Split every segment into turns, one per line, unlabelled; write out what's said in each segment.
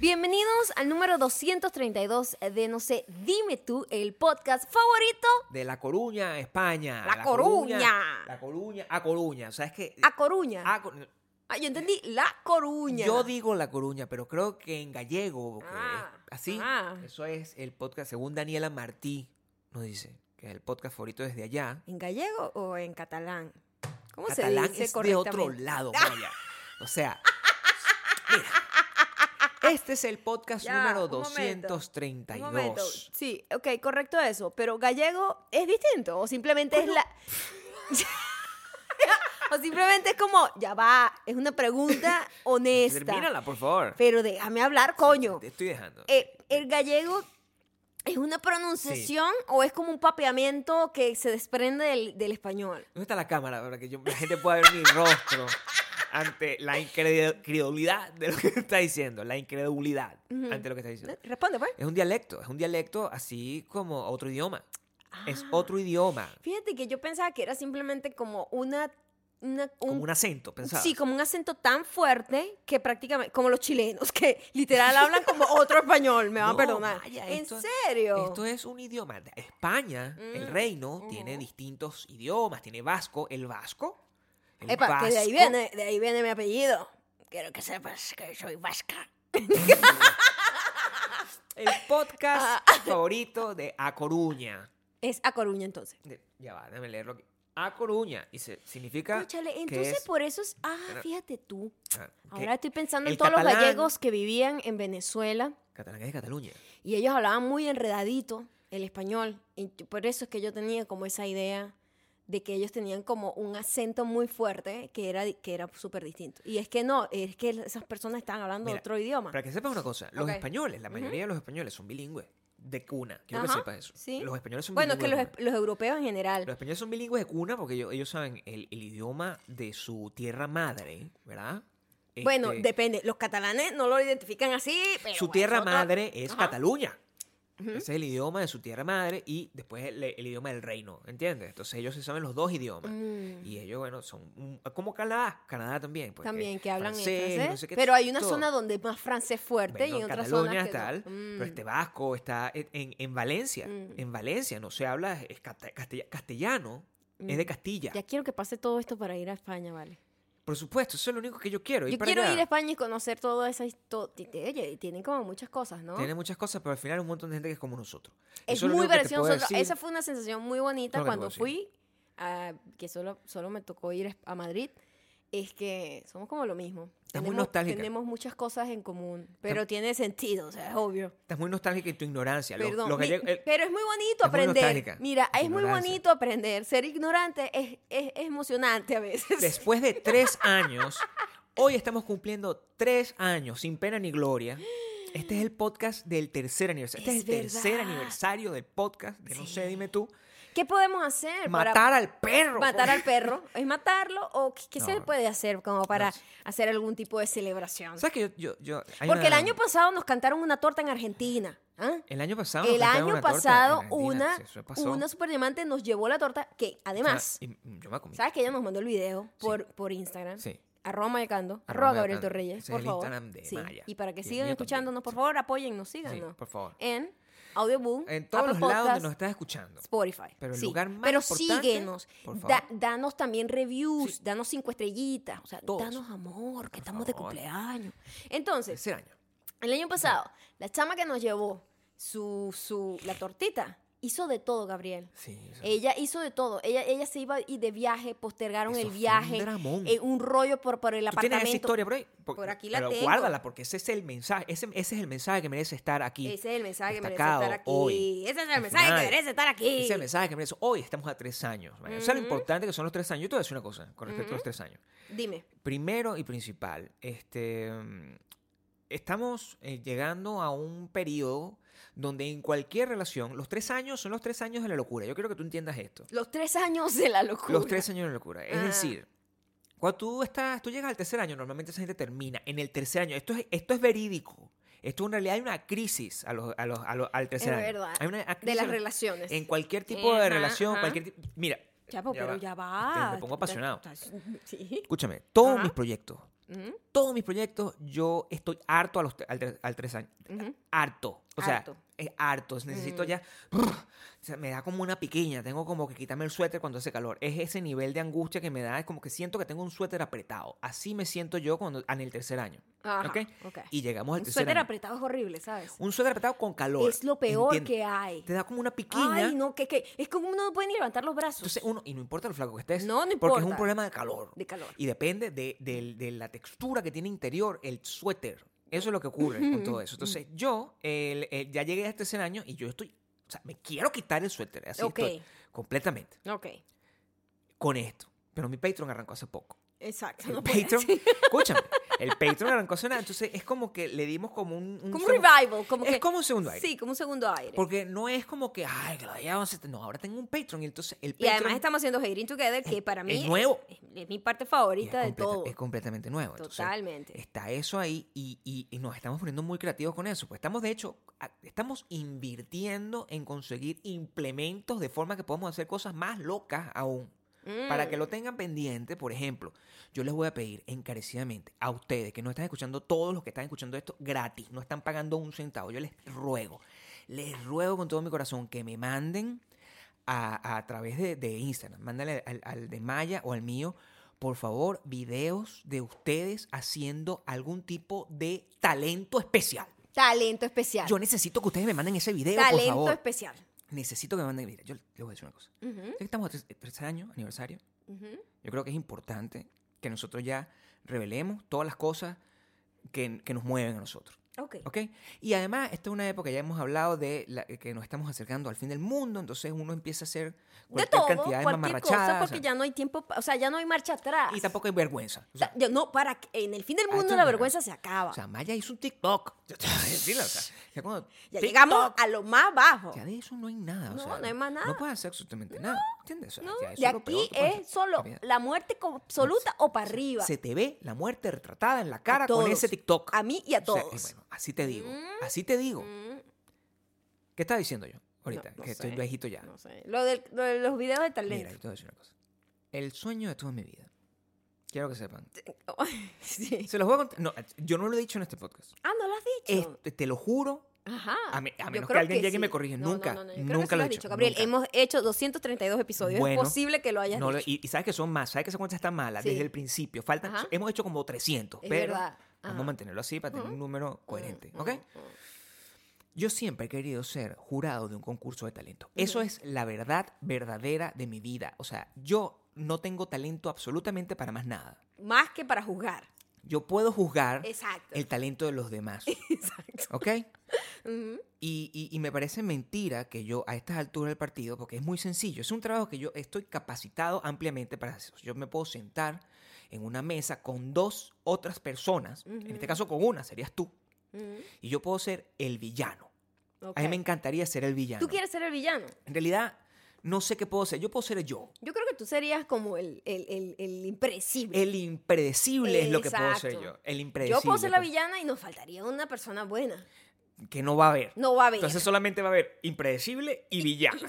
Bienvenidos al número 232 de No sé, dime tú, el podcast favorito
De La Coruña, España.
La Coruña.
La Coruña. A Coruña. O sea, es que.
a Coruña.
A Cor-
Ah, yo entendí, La Coruña.
Yo digo La Coruña, pero creo que en gallego, que
Ah,
es así,
ah.
eso es el podcast, según Daniela Martí nos dice, que es el podcast favorito desde allá.
¿En gallego o en catalán? ¿Cómo
Catalán
se dice
es de otro
correctamente?
lado, Maya. O sea, mira, este es el podcast
Ya,
número
un momento,
232.
Un momento. Sí, ok, correcto eso. Pero gallego es distinto. O simplemente es la. o simplemente es como, ya va. Es una pregunta honesta.
Termínala, por favor.
Pero déjame hablar, coño.
Te estoy dejando.
Eh, el gallego. ¿Es una pronunciación o es como un papeamiento que se desprende del, del español?
¿Dónde está la cámara para que yo- la gente pueda ver mi rostro ante la incredulidad de lo que está diciendo? La incredulidad ante lo que está diciendo.
Responde, pues.
Es un dialecto, es un dialecto así como otro idioma. Ah,
Ah.
Es otro idioma,
Fíjate que yo pensaba que era simplemente como una. una-
como
un
un acento, pensaba.
Sí, como un acento tan fuerte que prácticamente, como los chilenos, que literal hablan como otro español, me van
No,
a perdonar.
vaya,
¿En
esto-
serio?
Esto es un idioma. España, el
Mm,
reino, tiene distintos idiomas. Tiene vasco, el vasco. El
Epa, que de ahí
vasco-
viene, de ahí viene mi apellido. Quiero que sepas que soy vasca.
El podcast
Ah.
favorito de A Coruña.
Es a Coruña entonces.
De- ya va, déjame leerlo aquí. A Coruña. Y se- significa.
Cónchale,
que
entonces
es-
por eso es, ah,
Pero-
fíjate tú.
ah, que
Ahora estoy pensando
el
en todos los
catalán-
gallegos que vivían en Venezuela
Catalán es de Cataluña.
y ellos hablaban muy enredadito el español y t- por eso es que yo tenía como esa idea de que ellos tenían como un acento muy fuerte que era di- que era súper distinto y es que no es que esas personas estaban hablando
Mira,
otro idioma
Para que sepas una cosa, los
Ok.
españoles, la mayoría de los españoles son bilingües de cuna. Quiero
Ajá,
que sepas eso.
sí.
Los españoles son
bueno es que
bilingües.
los,
de
es- los europeos en general
cuna. Los españoles son bilingües de cuna porque ellos, ellos saben el, el idioma de su tierra madre, ¿verdad?
bueno
Este,
depende los catalanes no lo identifican así pero
su
bueno,
tierra
otro-
madre es
Ajá.
Cataluña. Ese es el idioma de su tierra madre y después el, el idioma del reino, ¿entiendes? Entonces ellos se saben los dos idiomas.
Mm.
pues. Y ellos, bueno, son un- como Canadá, Canadá también. pues,
también que hablan en
francés,
francés,
no sé qué,
pero hay una
todo.
zona donde más francés fuerte
Bueno,
y en otras
Cataluña
zonas que no.
tal, pero
Mm.
este vasco está en, en- en Valencia.
Mm.
En Valencia no se habla, es casta- castell- castellano, es de Castilla.
Mm. ya quiero que pase todo esto para ir a España vale
Por supuesto, eso es lo único que yo quiero. ir
Yo
para
quiero
allá.
ir a España y conocer todo eso. Oye, tienen como muchas cosas, ¿no?
Tiene muchas cosas, pero al final hay un montón de gente que es como nosotros.
es
Eso lo
muy
único que te
parecido a
puedo
nosotros.
decir.
Esa fue una sensación muy bonita
Lo que te
cuando
puedo decir.
fui, ah, que solo, solo me tocó ir a Madrid. Es que somos como lo mismo.
Estás muy nostálgica.
Tenemos muchas cosas en común, pero tiene sentido, o sea, es obvio.
Estás muy nostálgica en tu ignorancia. Los-
Perdón,
los
mi-
gallegos- el-
pero es muy bonito
eh, es muy
aprender.
nostálgica.
Mira,
Es
es muy
ignorancia.
bonito aprender. Ser ignorante es, es- es emocionante a veces.
después de tres años, hoy estamos cumpliendo tres años sin pena ni gloria. Este es el podcast del tercer aniversario. Este es,
Es
el tercer
verdad.
aniversario del podcast de No sé, dime tú.
¿Qué podemos hacer para
Matar al perro.
Matar al perro. ¿Es matarlo o qué, qué se
No.
puede hacer como para
sé.
hacer algún tipo de celebración?
¿Sabes que yo, yo, yo- hay
Porque el
una-
año pasado nos cantaron una torta en Argentina. ¿ah?
el año pasado nos
El
cantaron
año
una torta
pasado
en Argentina,
una,
sí, eso pasó.
una superdiamante nos llevó la torta que
O sea,
además,
y- y yo me comí.
¿sabes que ella nos mandó el video por, por Instagram?
Sí.
Arroba Mayacando,
Arroba
arroba Gabriel
Mayacando.
Torreyes,
Ese
por
es el
favor.
Instagram de
Sí,
Maya.
Y para que
Y el
sigan
mío
escuchándonos,
también,
por
sí.
favor, apóyennos,
Sí,
síganos.
por favor.
En Audioboom,
En todos
Apple
los lados donde
Podcasts,
nos estás escuchando.
Spotify.
Pero el
sí.
lugar más
Pero
importante,
síguenos.
por
da-
favor.
danos también reviews, danos cinco estrellitas. O sea,
Todo eso.
danos amor, que
Por
estamos de
favor.
cumpleaños. Entonces,
Tercer año.
el año pasado, la chama que nos llevó su, su, la tortita hizo de todo, Gabriel.
Sí, eso-
Ella hizo de todo. Ella, ella se iba y de viaje, postergaron
Eso
el
fue un
viaje.
dramón.
eh, un rollo por, por el
¿Tú tienes esa
apartamento.
historia por ahí? Por,
Por aquí la
pero
tengo.
guárdala, porque ese es el mensaje. Ese, ese es el mensaje que merece estar aquí.
Ese es el mensaje que merece
destacado
estar aquí.
hoy,
Ese es el
al
mensaje que
final.
merece estar aquí.
Ese es el mensaje que merece. Hoy estamos a tres años. man. Eso es lo importante que son los tres años. Yo te voy a decir una cosa con respecto a los tres años.
Dime.
Primero y principal, este, mm, estamos eh, llegando a un periodo donde en cualquier relación, los tres años son los tres años de la locura. Yo quiero que tú entiendas esto.
Los tres años de la locura.
Los tres años de la locura. Es
Ah.
decir, cuando tú estás, tú llegas al tercer año, normalmente esa gente termina en el tercer año. Esto es, esto es verídico. Esto en realidad hay una crisis a los, a los, a los- al tercer
Es
año.
verdad.
Hay una
de
crisis
las relaciones.
En cualquier tipo de
Ajá,
relación,
ajá.
cualquier tipo. Mira,
Chapo,
Ya
pero
va.
ya
Este,
va.
me pongo
Estás-
apasionado.
estás- Sí.
escúchame, todos
Ajá.
mis proyectos
Ujú.
todos mis proyectos, yo estoy harto a los, tre- al, tre- al tres años.
Ujú.
Harto. O sea,
Harto. Mm.
es harto. Necesito ya. o sea, me da como una pequeña. Tengo como que quitarme el suéter cuando hace calor. Es ese nivel de angustia que me da. Es como que siento que tengo un suéter apretado. Así me siento yo cuando en el tercer año.
Ajá,
¿Ok?
ok.
Y llegamos al
Un
tercer
suéter
año.
apretado es horrible, ¿sabes?
Un suéter apretado con calor.
es lo peor
¿entiendes?
que hay.
Te da como una piquiña.
Ay, no, que, que es como uno no puede ni levantar los brazos.
Entonces uno, y no importa lo flaco que estés,
No, no
porque es un
importa.
problema de calor.
De calor.
Y depende de, del- de la textura que tiene interior el suéter. Eso es lo que ocurre con todo eso. Entonces yo el- el- ya llegué a este tercer año y yo estoy, o sea, me quiero quitar el suéter, así
Ok.
estoy, completamente,
ok,
con esto. Pero mi Patreon arrancó hace poco.
exacto.
El
no puede.
Patreon, escúchame, el Patreon arrancó hace nada, entonces es como que le dimos como un... un
Como un
segundo-
revival. Como
Es
que-
como un segundo aire.
Sí, como un segundo aire.
Porque no es como que, ay, que lo haya avanzado. No, ahora tengo un Patreon y entonces el
y
Patreon...
además estamos haciendo Hate Together, que para mí
es nuevo.
Es, es mi parte
Y es
favorita de
completa-
todo.
Es completamente nuevo. Entonces,
Totalmente.
está eso ahí y, y- y nos estamos poniendo muy creativos con eso. Pues estamos, de hecho, a- estamos invirtiendo en conseguir implementos de forma que podamos hacer cosas más locas aún.
Mm.
Para que lo tengan pendiente, por ejemplo, yo les voy a pedir encarecidamente a ustedes que no están escuchando, todos los que están escuchando esto gratis, no están pagando un centavo, yo les ruego, les ruego con todo mi corazón que me manden a, a través de, de Instagram, mándale al, al de Maya o al mío, por favor, videos de ustedes haciendo algún tipo de talento especial.
Talento especial.
Yo necesito que ustedes me manden ese video, por
Talento
favor.
especial.
Necesito que me manden. Mira, yo les voy a decir una cosa.
Ujú,
Ya que Estamos a tres, tres años, aniversario.
ujú.
Yo creo que es importante que nosotros ya revelemos todas las cosas que, que nos mueven a nosotros.
Ok.
¿Ok? Y además, esta es una época, ya hemos hablado de la- que nos estamos acercando al fin del mundo, entonces uno empieza a hacer
De
cualquier
todo,
cantidad de
cualquier cosa,
mamarrachadas.
porque
o sea,
ya no hay tiempo, pa- o sea, ya no hay marcha atrás.
Y tampoco hay vergüenza. O
O
sea,
sea, yo- no, para que- en el fin del
Ah,
mundo
esto
la
es-
vergüenza se acaba.
o sea, Maya hizo un TikTok. Decirlo, o sea, ya cuando
ya
TikTok,
llegamos a lo más bajo.
Ya de eso no hay nada. o
No,
sea,
no hay más nada.
No puedes hacer absolutamente nada. ¿Entiendes? O sea,
¿no?
ya eso
De
es lo peor
aquí
que puedes hacer.
es solo
Olvídate.
la muerte co- absoluta o para arriba.
Pues, Se te ve la muerte retratada en la cara
A
con
todos.
ese TikTok.
A mí y a
O sea, y
todos.
bueno, así te digo. Así te digo.
Mm,
¿Qué estaba diciendo yo ahorita?
No, no
que estoy
sé.
viejito ya.
no sé. Lo, del- lo de los videos de
Mira,
talento.
yo te voy a decir una cosa. El sueño de toda mi vida. Quiero que sepan.
Sí.
Se los voy a contar. No, yo no lo he dicho en este podcast.
Ah, no lo has
Es-
dicho.
te lo juro.
Ajá.
a me- a
Yo
menos que
creo
alguien llegue y
sí.
me corrija.
No, no,
Nunca,
no, no, yo creo que
nunca
sí
lo he
has
dicho,
dicho, Gabriel.
nunca.
Hemos hecho 232 episodios. es
Bueno,
posible que lo hayas
no lo-
dicho.
y, y sabes que son más. Sabes que esa cuenta está mala
Sí.
desde el principio. Faltan,
Ajá.
hemos hecho como 300.
Es
pero
verdad.
vamos
Ajá.
a mantenerlo así para tener un número coherente.
Mm,
¿Ok?
mm, mm.
Yo siempre he querido ser jurado de un concurso de talento. Eso es la verdad verdadera de mi vida. O sea, yo no tengo talento absolutamente para más nada.
mm. Más que para juzgar.
Yo puedo juzgar
Exacto.
Ah, el talento de los demás.
Exacto.
¿Ok?
Ujú.
Y, y- y me parece mentira que yo a estas alturas del partido, porque es muy sencillo, es un trabajo que yo estoy capacitado ampliamente para hacer. Yo me puedo sentar en una mesa con dos otras personas, en este caso con una, serías tú,
Ujú.
y yo puedo ser el villano.
mm, Ok.
A mí me encantaría ser el villano.
¿Tú quieres ser el villano?
En realidad, no sé qué puedo ser. Yo puedo ser yo.
Yo creo que tú serías como el, el, el, el impredecible.
El impredecible es lo que puedo ser
Exacto.
yo. El impredecible.
Yo puedo ser la
pues,
villana y nos faltaría una persona buena.
Que no va a haber.
No va a haber.
Entonces solamente va a haber impredecible y villano.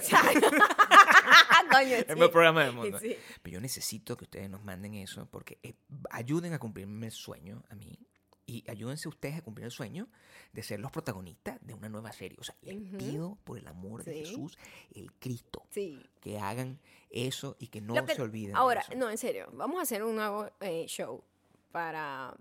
Coño,
Es
sí.
mi programa del mundo.
Sí.
Pero yo necesito que ustedes nos manden eso porque eh, ayuden a cumplirme el sueño a mí y ayúdense ustedes a cumplir el sueño de ser los protagonistas de una nueva serie. O sea, les
Ujú.
pido por el amor de
Sí.
Jesús, el Cristo,
Sí.
que hagan eso y que no
Lo que-
se olviden. de
Ahora,
eso.
no, en serio, vamos a hacer un nuevo eh, show para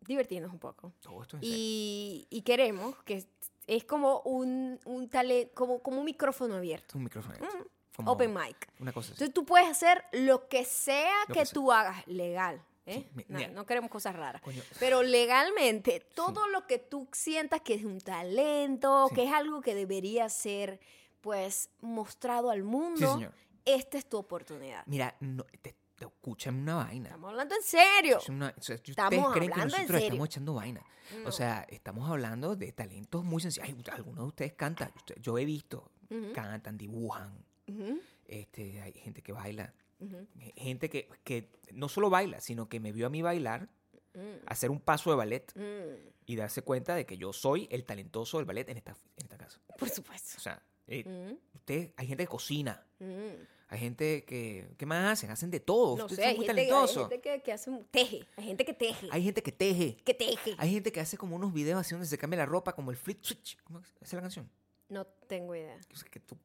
divertirnos un poco.
Todo esto es en serio.
Y, y queremos que es, es como un, un tale, como, como un micrófono abierto.
un micrófono. abierto, como
Mm, Open mic.
Una cosa así.
Entonces tú puedes hacer lo que sea
Lo
que,
que sea.
tú hagas legal. ¿eh?
Sí, mi-
Nah,
mira.
no queremos cosas raras.
Coño.
Pero legalmente, todo lo que tú sientas que es un talento,
Sí.
que es algo que debería ser, pues, mostrado al mundo,
señor.
esta es tu oportunidad.
Mira, no, te, te escuchan una vaina.
Estamos hablando en serio.
Es una- o sea, ustedes
Estamos
creen que
hablando en
nosotros
serio. Mm.
estamos echando vaina.
No.
O sea, estamos hablando de talentos muy sencillos. Ay, algunos de ustedes cantan. Usted- Yo he visto,
Ujú.
cantan, dibujan.
Ujú,
Este, hay gente que baila.
ujú,
Gente que, que no solo baila, sino que me vio a mí bailar,
mm,
hacer un paso de ballet
mm.
y darse cuenta de que yo soy el talentoso del ballet en esta, en esta casa.
Por
O
supuesto.
sea, eh,
Mm,
ustedes, hay gente que cocina,
mm.
Hay gente que, ¿qué más hacen? Hacen de todo.
No
Ustedes
sé,
son
hay
muy
gente, que- hay
talentosos.
gente que, que hace un teje. Hay gente que teje.
Hay gente que teje.
que teje.
Hay gente que hace como unos videos así donde se cambia la ropa, como el flip switch. ¿Cómo es Esa es la canción?
No tengo idea.
O sea, que tú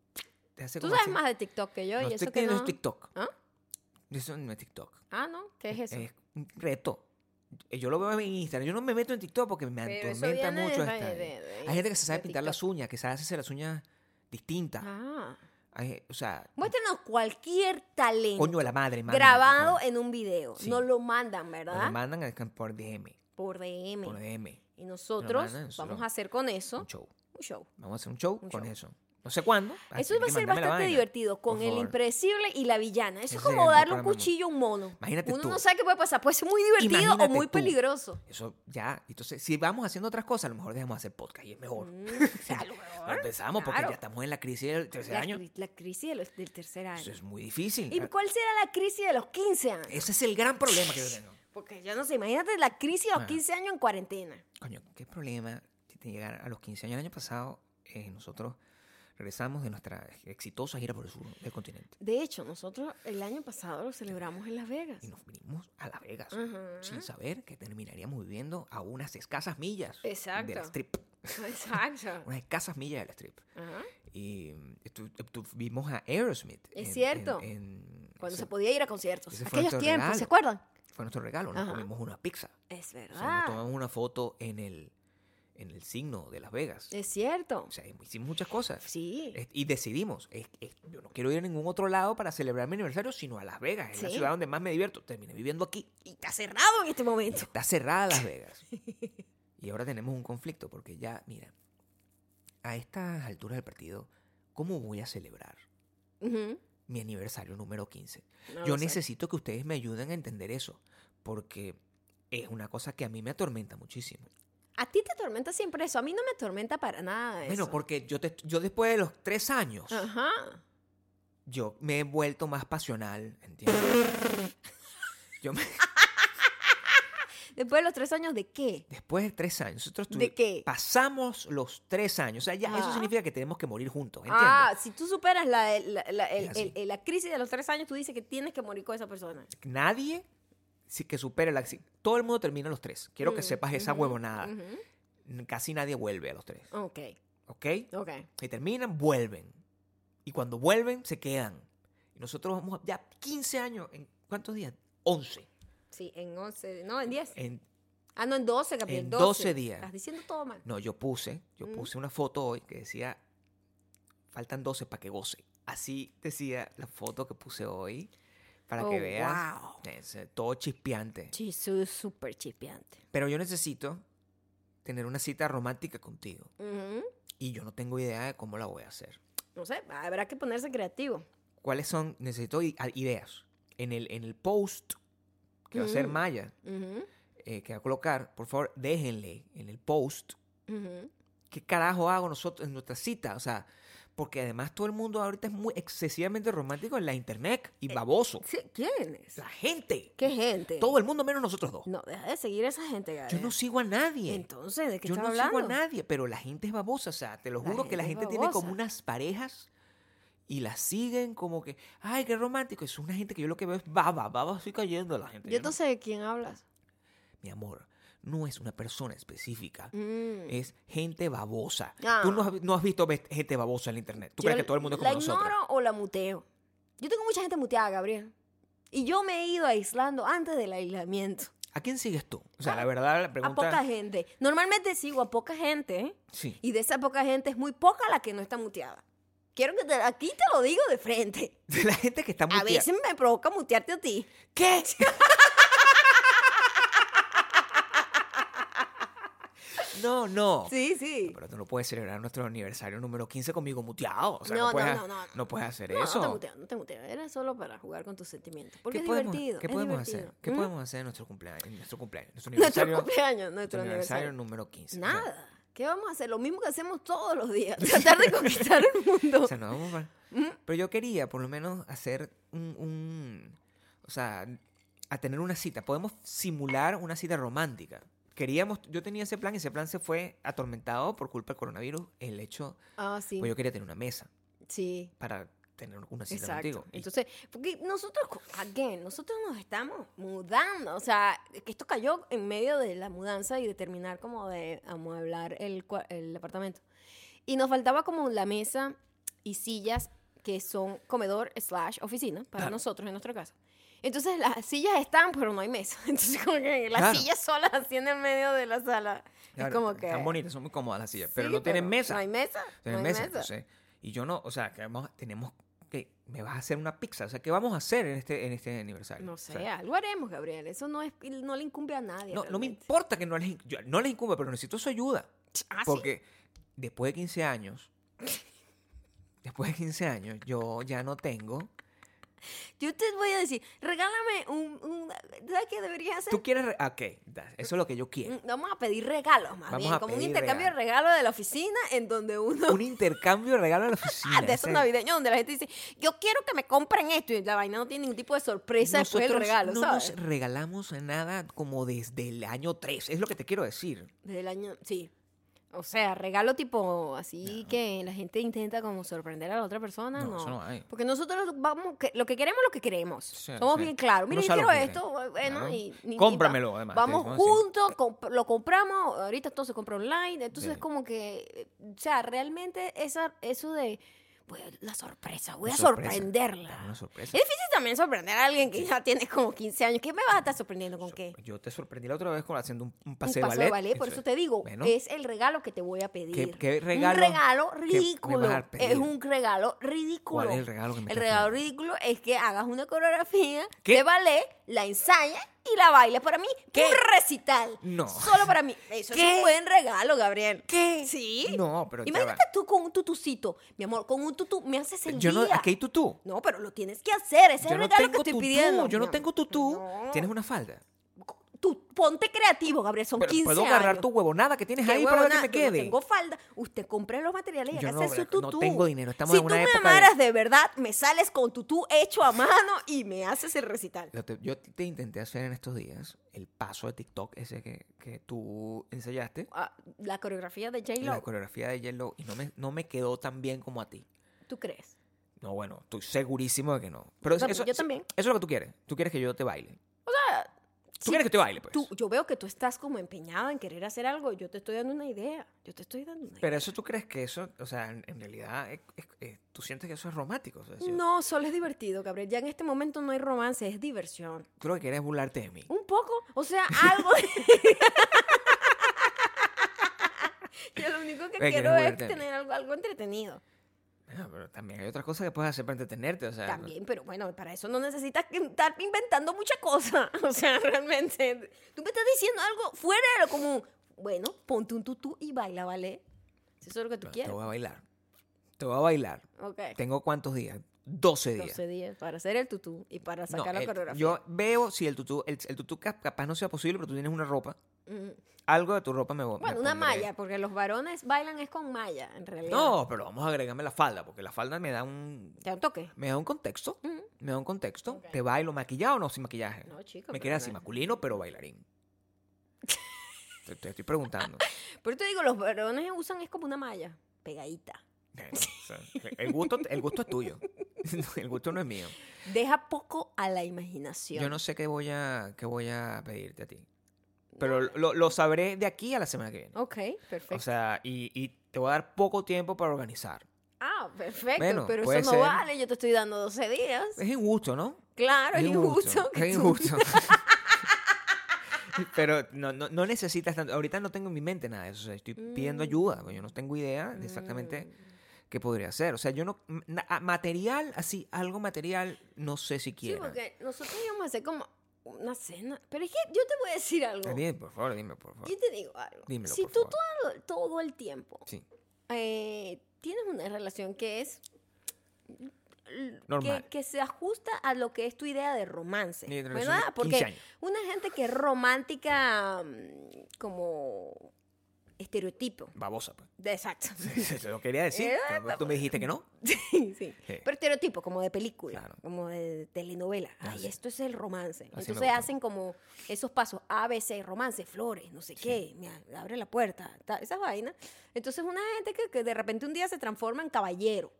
te hace
Tú
como
sabes
así.
más de TikTok que yo
No,
y eso
estoy-
que
no
no.
es TikTok.
¿Ah?
Eso no es TikTok.
Ah, no. ¿Qué es eso?
Es un reto. Eh, Yo lo veo en Instagram. Yo no me meto en TikTok porque me
Pero eso
atormenta
viene
mucho
de-
esta-
de- de-
Hay gente que se sabe
de
pintar las
TikTok.
uñas, que sabe hacerse las uñas distintas.
Ah.
Hay- o sea,
Muéstranos cualquier talento
Mm. coño de la madre, mándenme, por
grabado
favor.
en un video.
Sí.
Nos lo mandan,
Nos
¿verdad?
lo mandan al campo por DM.
por DM.
Por DM.
Y nosotros
mandan, nosotros-
vamos a hacer con
Un
eso
show.
un show.
Vamos a hacer un show
Un
con
show.
eso. No sé cuándo. Ah,
Eso
tienen
va a
que
ser
mandarme la
bastante
vaina.
divertido con
Por
el
favor.
impredecible y la villana. Eso
Ese
es como
sería el
darle un
programa.
cuchillo a un mono.
Imagínate
Uno
tú.
no sabe qué puede pasar. Puede ser muy divertido o
Imagínate
muy
tú.
peligroso.
Eso ya. Entonces, si vamos haciendo otras cosas, a lo mejor dejamos de hacer podcast y es mejor.
Mm, o sea, a lo
Lo
mejor.
empezamos porque
claro.
ya estamos en la crisis del tercer
la,
año.
cri- la crisis de los- del tercer año.
Eso es muy difícil. Ah,
¿Y cuál será la crisis de los 15 años?
Ese es el gran problema que yo tengo.
Porque ya no sé, imagínate la crisis de los
Ah.
15 años en cuarentena.
Coño, qué problema si te llegar a los 15 años. El año pasado, eh, nosotros regresamos de nuestra exitosa gira por el sur del continente
De hecho, nosotros el año pasado lo celebramos en Las Vegas.
y nos vinimos a Las Vegas
Ajá.
sin saber que terminaríamos viviendo a unas escasas millas de
Exacto.
la strip.
Exacto.
Unas escasas millas de la strip.
Ajá.
Y mm, estu- tuvimos a Aerosmith.
Es cierto.
en-
Cuando
ese
se podía ir a conciertos.
ese fue
Aquellos
nuestro
tiempos, ¿se
regalo.
acuerdan?
fue nuestro regalo. Nos
Ajá. Ah.
comimos una pizza.
Es
O sea,
verdad.
nos tomamos una foto en el, en el signo de Las Vegas.
Es cierto.
O sea, hicimos muchas cosas.
Eh. Sí.
Es- Y decidimos, es- es- yo no quiero ir a ningún otro lado para celebrar mi aniversario, sino a Las Vegas, es la
Sí.
ciudad donde más me divierto. Terminé viviendo aquí.
Y está cerrado en este momento.
Está cerrada Las Vegas. Y ahora tenemos un conflicto, porque ya, mira, a estas alturas del partido, ¿cómo voy a celebrar
Ujú.
mi aniversario número 15?
No
yo
lo sé.
necesito que ustedes me ayuden a entender eso, porque es una cosa que a mí me atormenta muchísimo.
A ti te atormenta siempre eso. A mí no me atormenta para nada eso. Ah.
Bueno, porque yo, te- yo después de los tres años,
Ajá.
yo me he vuelto más pasional,
Ah.
¿entiendes? yo me-
Después de los tres años, ¿de qué?
después de tres años, nosotros
¿De
tuvi-
qué?
pasamos los tres años. O sea, ya eso
Ah.
significa que tenemos que morir juntos, ¿entiendes?
Ah, si tú superas la, la- la- el-
Es así.
el- el- la crisis de los tres años, tú dices que tienes que morir con esa persona.
Nadie si- que supere la... si- Todo el mundo termina los tres. Quiero que
Mm,
sepas esa
ujú,
huevonada.
Ujú.
Casi nadie vuelve a los tres,
Ok,
¿ok?
ok.
Y terminan, vuelven. Y cuando vuelven, se quedan. Y nosotros vamos a- ya 15 años, ¿en cuántos días? 11.
Sí, en 11, no, en 10.
En-
Ah, no, en 12, Gabriel.
en 12 días.
Estás diciendo todo mal.
no, yo puse, yo
Mm.
puse una foto hoy que decía, faltan 12 para que goce. Así decía la foto que puse hoy, para que
Oh,
veas.
wow.
Es, eh, todo chispeante.
Sí, soy súper chispeante.
Pero yo necesito tener una cita romántica contigo.
Ujú.
Y yo no tengo idea de cómo la voy a hacer.
No sé, habrá que ponerse creativo.
¿Cuáles son? Necesito i- a- ideas. En el, en el post que va a ser
Mm.
Maya,
Ujú,
eh, que va a colocar, por favor, déjenle en el post
ujú.
qué carajo hago nosotros en nuestra cita. O sea, porque además todo el mundo ahorita es muy excesivamente romántico en la internet y baboso.
Eh, Sí, ¿Quién es?
La gente.
¿Qué gente?
Todo el mundo menos nosotros dos.
No, deja de seguir a esa gente,
Yo
Gabriel.
no sigo a nadie.
Entonces, ¿de qué
Yo
estás
no
hablando?
sigo a nadie, pero la gente es babosa. O sea, te lo
La
juro que la
gente es
gente tiene como
babosa.
unas parejas y las siguen como que, ay, qué romántico. Es una gente que yo lo que veo es baba, baba, estoy cayendo a la gente.
Yo
no-
no sé de quién hablas.
Mi amor, no es una persona específica.
Mm.
Es gente babosa.
Ah.
Tú no has, vi- no has visto ve- gente babosa en la internet. Tú
Yo
crees que todo el mundo es como
¿La
nosotros.
ignoro o la muteo? Yo tengo mucha gente muteada, Gabriel. Y yo me he ido aislando antes del aislamiento.
¿A quién sigues tú? O sea, la verdad,
Ah,
la
A
pregunta.
poca gente. Normalmente sigo a poca gente, ¿eh?
Sí.
Y de esa poca gente es muy poca la que no está muteada. Quiero que te, aquí te lo digo de frente.
La gente que está muy
A veces me provoca mutearte a ti.
¿Qué? no, no.
Sí, sí.
Pero tú no puedes celebrar nuestro aniversario número 15 conmigo muteado. O sea,
No,
no,
no,
puedes,
no, no, no.
puedes hacer
No,
eso.
no te muteo, no te muteo. Era solo para jugar con tus sentimientos. Porque
¿Qué
es
podemos,
divertido.
¿qué
es
podemos
divertido.
hacer? ¿Qué
¿Mm?
podemos hacer en nuestro cumpleaños? En nuestro cumpleaños. Nuestro
Nuestro
aniversario,
cumpleaños, nuestro
nuestro aniversario
aniversario.
número 15. O sea,
Nada. ¿Qué vamos a hacer? Lo mismo que hacemos todos los días. Tratar de conquistar el mundo.
O sea, no vamos para-
¿Mm?
Pero yo quería por lo menos hacer un, un- O sea, a tener una cita. Podemos simular una cita romántica. Queríamos... Yo tenía ese plan y ese plan se fue atormentado por culpa del coronavirus. El hecho...
Ah, sí.
Pues yo quería tener una mesa
Sí.
para tener una cita
Exacto.
contigo. Y-
Entonces, porque nosotros, co- again, nosotros nos estamos mudando. O sea, que esto cayó en medio de la mudanza y de terminar como de amueblar el, cua- el apartamento. Y nos faltaba como la mesa y sillas que son comedor slash oficina para
Claro.
nosotros en nuestra casa. Entonces las sillas están, pero no hay mesa. Entonces como que las
Claro.
sillas solas así en el medio de la sala. es
claro,
como que...
Están bonitas, son muy cómodas las sillas,
sí,
pero no tienen mesa.
No hay mesa.
Tienen
no hay mesa.
mesa, entonces, y yo no, o sea, que vamos, tenemos que, me vas a hacer una pizza, o sea, ¿qué vamos a hacer en este, en este aniversario?
No
O
sé,
sea,
algo haremos, Gabriel. Eso no, es, no le incumbe a nadie.
no, no me
realmente.
importa que no les, yo- no les incumba, pero necesito su ayuda.
Ah, sí.
Porque después de 15 años, después de 15 años, yo ya no tengo.
Yo te voy a decir, regálame un. un- ¿Sabes qué deberías hacer?
Tú quieres. re- ah, Ok, da- eso es lo que yo quiero.
Mm, Vamos a pedir regalos, más
Vamos
bien.
a
Como un
pedir
intercambio de regalos de la oficina en donde uno.
Un intercambio de regalo a la oficina.
Mm. de esos
ese-
navideños donde la gente dice, yo quiero que me compren esto. Y la vaina no tiene ningún tipo de sorpresa después del
nosotros
regalo,
no
¿sabes?
nos regalamos nada como desde el año 3, es lo que te quiero decir.
Desde el año. Sí. O sea, regalo tipo así que la gente intenta como sorprender a la otra persona.
No,
No,
eso no hay.
Porque nosotros vamos, que- lo que queremos, lo que queremos.
Sí,
Somos
sí.
bien claros. Mira,
Uno
yo
sabe lo
quiero
que
esto.
quiere.
Bueno,
Claro.
y, y-
Cómpramelo,
y va-
además, te
Vamos
decimos así.
juntos, comp- lo compramos. Ahorita todo se compra online. Entonces,
Sí.
como que. eh, O sea, realmente esa, eso de. Pues, la sorpresa, voy
Una
a
sorpresa.
sorprenderla.
Claro, una sorpresa.
Es difícil también sorprender a alguien que ya tiene como 15 años. ¿Qué me vas a estar sorprendiendo con qué?
Yo te sorprendí la otra vez con haciendo un, un
un
paseo
paso de ballet,
ballet,
por
es.
eso te digo, eh,
Bueno,
es el regalo que te voy a pedir.
¿Qué- qué regalo
Un regalo
que me vas a
ridículo.
pedir?
Es un regalo ridículo.
¿Cuál es el regalo que me
El
estás
regalo
pidiendo?
ridículo es que hagas una coreografía
¿Qué?
de ballet, la ensayes y la bailes para mí.
¿Qué?
Un recital.
No.
Solo para mí. Eso es
¿Qué?
un buen regalo, Gabriel.
¿Qué?
Sí.
No, pero ya va.
Imagínate tú con un tutucito. Mi amor, con un tutú me haces el
Yo no,
día.
aquí hay tutú.
No, pero lo tienes que hacer. Ese es
Yo
el
no
regalo
tengo
que estoy
tutú,
pidiendo.
yo
mi
no
am-
tengo tutú.
No.
Tienes una falda.
Tú, ponte creativo, Gabriel. Son
Pero
15
puedo agarrar
años.
tu huevonada que tienes
Qué
ahí para ver que
huevona, yo
me
no
quede.
tengo falda. Usted compra los materiales y
Yo
haga
no,
su
Verónica,
tutú.
no tengo dinero. Estamos
si
en una
tú
época
me
de-
amaras de... verdad, me sales con tutú hecho a mano y me haces el recital.
Lo te- yo te intenté hacer en estos días el paso de TikTok ese que, que tú ensayaste.
Ah, la coreografía de J-Lo,
La coreografía de Yellow y no me, no me quedó tan bien como a ti.
¿tú crees?
No, bueno, estoy segurísimo de que no. Pero
Yo tam-
eso,
yo también.
Eso es lo que tú quieres. Tú quieres que yo te baile.
O sea,
Tú
sí,
quieres que te baile, pues.
tú- yo veo que tú estás como empeñado en querer hacer algo. Yo te estoy dando una idea. Yo te estoy dando una idea.
Pero eso tú crees que eso, o sea, en, en realidad, es- es- es- tú sientes que eso es romántico. o sea, si-
No, solo es divertido, Gabriel. Ya en este momento no hay romance, es diversión.
Tú lo que quieres es burlarte de mí.
Un poco, o sea, algo. Yo lo único que quiero
Ve, quieres
es
volverte.
tener algo, algo entretenido.
Ah, pero también hay otras cosas que puedes hacer para entretenerte, o sea.
También, pero bueno, para eso no necesitas que estar inventando mucha cosa. O sea, realmente. Tú me estás diciendo algo fuera de lo común. Bueno, ponte un tutú y baila, ¿vale? Si eso es lo que tú
no, te
quieres.
voy a bailar. Te voy a bailar.
Ok.
¿Tengo cuántos días? 12 días.
12 días para hacer el tutú y para
No,
sacar la
el-
coreografía.
Yo veo si el tutú, el, el tutú cap- capaz no sea posible, pero tú tienes una ropa.
Mm.
Algo de tu ropa me voy
Bueno, una malla, pues. porque los varones bailan es con malla, en realidad.
No, pero vamos a agregarme la falda, porque la falda me da un
¿Te da un toque?
me da un contexto,
Ujú.
me da un contexto.
Ok.
Te bailo maquillado o no sin maquillaje.
No, chico.
me
pero
quieres
no
así,
es-
masculino, pero bailarín. te, te estoy preguntando.
Por eso te digo, los varones usan es como una malla, pegadita.
Eh, o sea, el, gusto, el gusto es tuyo. El gusto no es mío.
Deja poco a la imaginación.
Yo no sé qué voy a, qué voy a pedirte a ti. Pero lo, lo sabré de aquí a la semana que viene.
Ok, perfecto.
O sea, y, y te voy a dar poco tiempo para organizar.
ah, perfecto,
bueno,
pero eso
puede
no
ser.
vale, yo te estoy dando 12 días.
Es injusto, ¿no?
Claro, es injusto. que
Es
tú-
injusto. Pero no, no, no necesitas tanto. Ahorita no tengo en mi mente nada de eso. o sea, estoy pidiendo
Mm.
ayuda. porque Yo no tengo idea de exactamente qué podría hacer. O sea, yo no. na- a- material, así, algo material, no sé si
Sí,
Eh, quiero.
porque nosotros íbamos a hacer como una cena. Pero es que yo te voy a decir algo.
por favor, dime, por favor.
Yo te digo algo.
Dímelo,
si
por
tú
favor.
todo, todo el tiempo
Sí.
eh, tienes una relación que es... l-
Normal.
Que, que se ajusta a lo que es tu idea de romance.
Mi relación
¿Verdad?
de 15
Porque
años.
una gente que es romántica mm, como estereotipo.
Babosa, pues.
De- Exacto.
Te lo quería decir.
Eh,
pero tú me dijiste que no.
Sí, sí.
Sí.
Pero estereotipo, como de película,
Claro.
como de telenovela. Ay,
Así.
esto es el romance.
me
Entonces
gusta.
hacen como esos pasos, A, B, C, romance, flores, no sé qué, me a- abre la puerta, ta- esas vainas. Entonces una gente que, que de repente un día se transforma en caballero.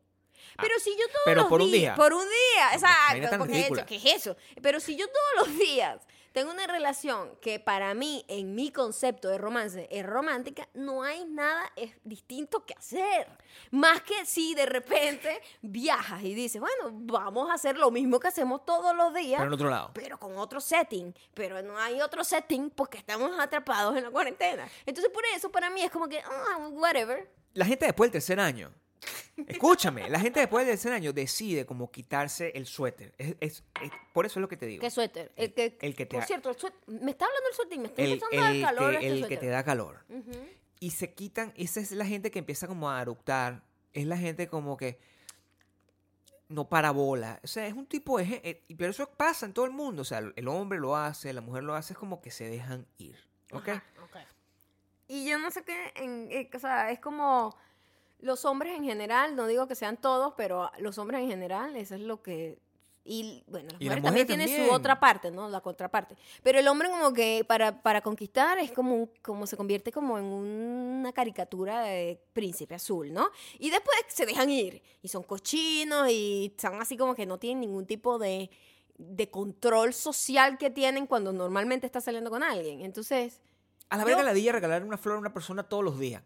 Pero si yo todos
Ah, pero
los
por un
días-
día.
Por un día,
pues, vaina
exacto.
tan
Porque de hecho,
ridícula.
¿qué es eso? Pero si yo todos los días tengo una relación que para mí, en mi concepto de romance, es romántica, no hay nada es distinto que hacer. Más que si de repente viajas y dices, bueno, vamos a hacer lo mismo que hacemos todos los días.
Pero en otro lado.
pero con otro setting, pero no hay otro setting porque estamos atrapados en la cuarentena. Entonces por eso para mí es como que, ah, whatever.
La gente después del tercer año. Escúchame, la gente después del tercer año decide como quitarse el suéter. Es, es- es- por eso es lo que te digo.
¿Qué suéter? El que,
el que te
Por
da-
cierto, el suéter, me está hablando el suéter y me está
el,
empezando a dar
el
calor
que,
este
el que
suéter.
te da calor.
Ujú.
Y se quitan, esa es la gente que empieza como a eructar. Es la gente como que no para bola. O sea, es un tipo de... gen- eh, y- Pero eso pasa en todo el mundo. O sea, el hombre lo hace, la mujer lo hace, es como que se dejan ir. ¿Ok?
Ajá, ok. Y yo no sé qué, en- eh, o sea, es como los hombres en general, no digo que sean todos, pero los hombres en general, eso es lo que... Y bueno, las mujeres
Y las
también
mujeres
tienen su
también.
otra parte, ¿no? La contraparte. Pero el hombre como que para, para conquistar es como, un- como se convierte como en una caricatura de príncipe azul, ¿no? Y después se dejan ir y son cochinos y están así como que no tienen ningún tipo de, de control social que tienen cuando normalmente estás saliendo con alguien. Entonces,
A la
Yo-
verga ladilla regalar una flor a una persona todos los días.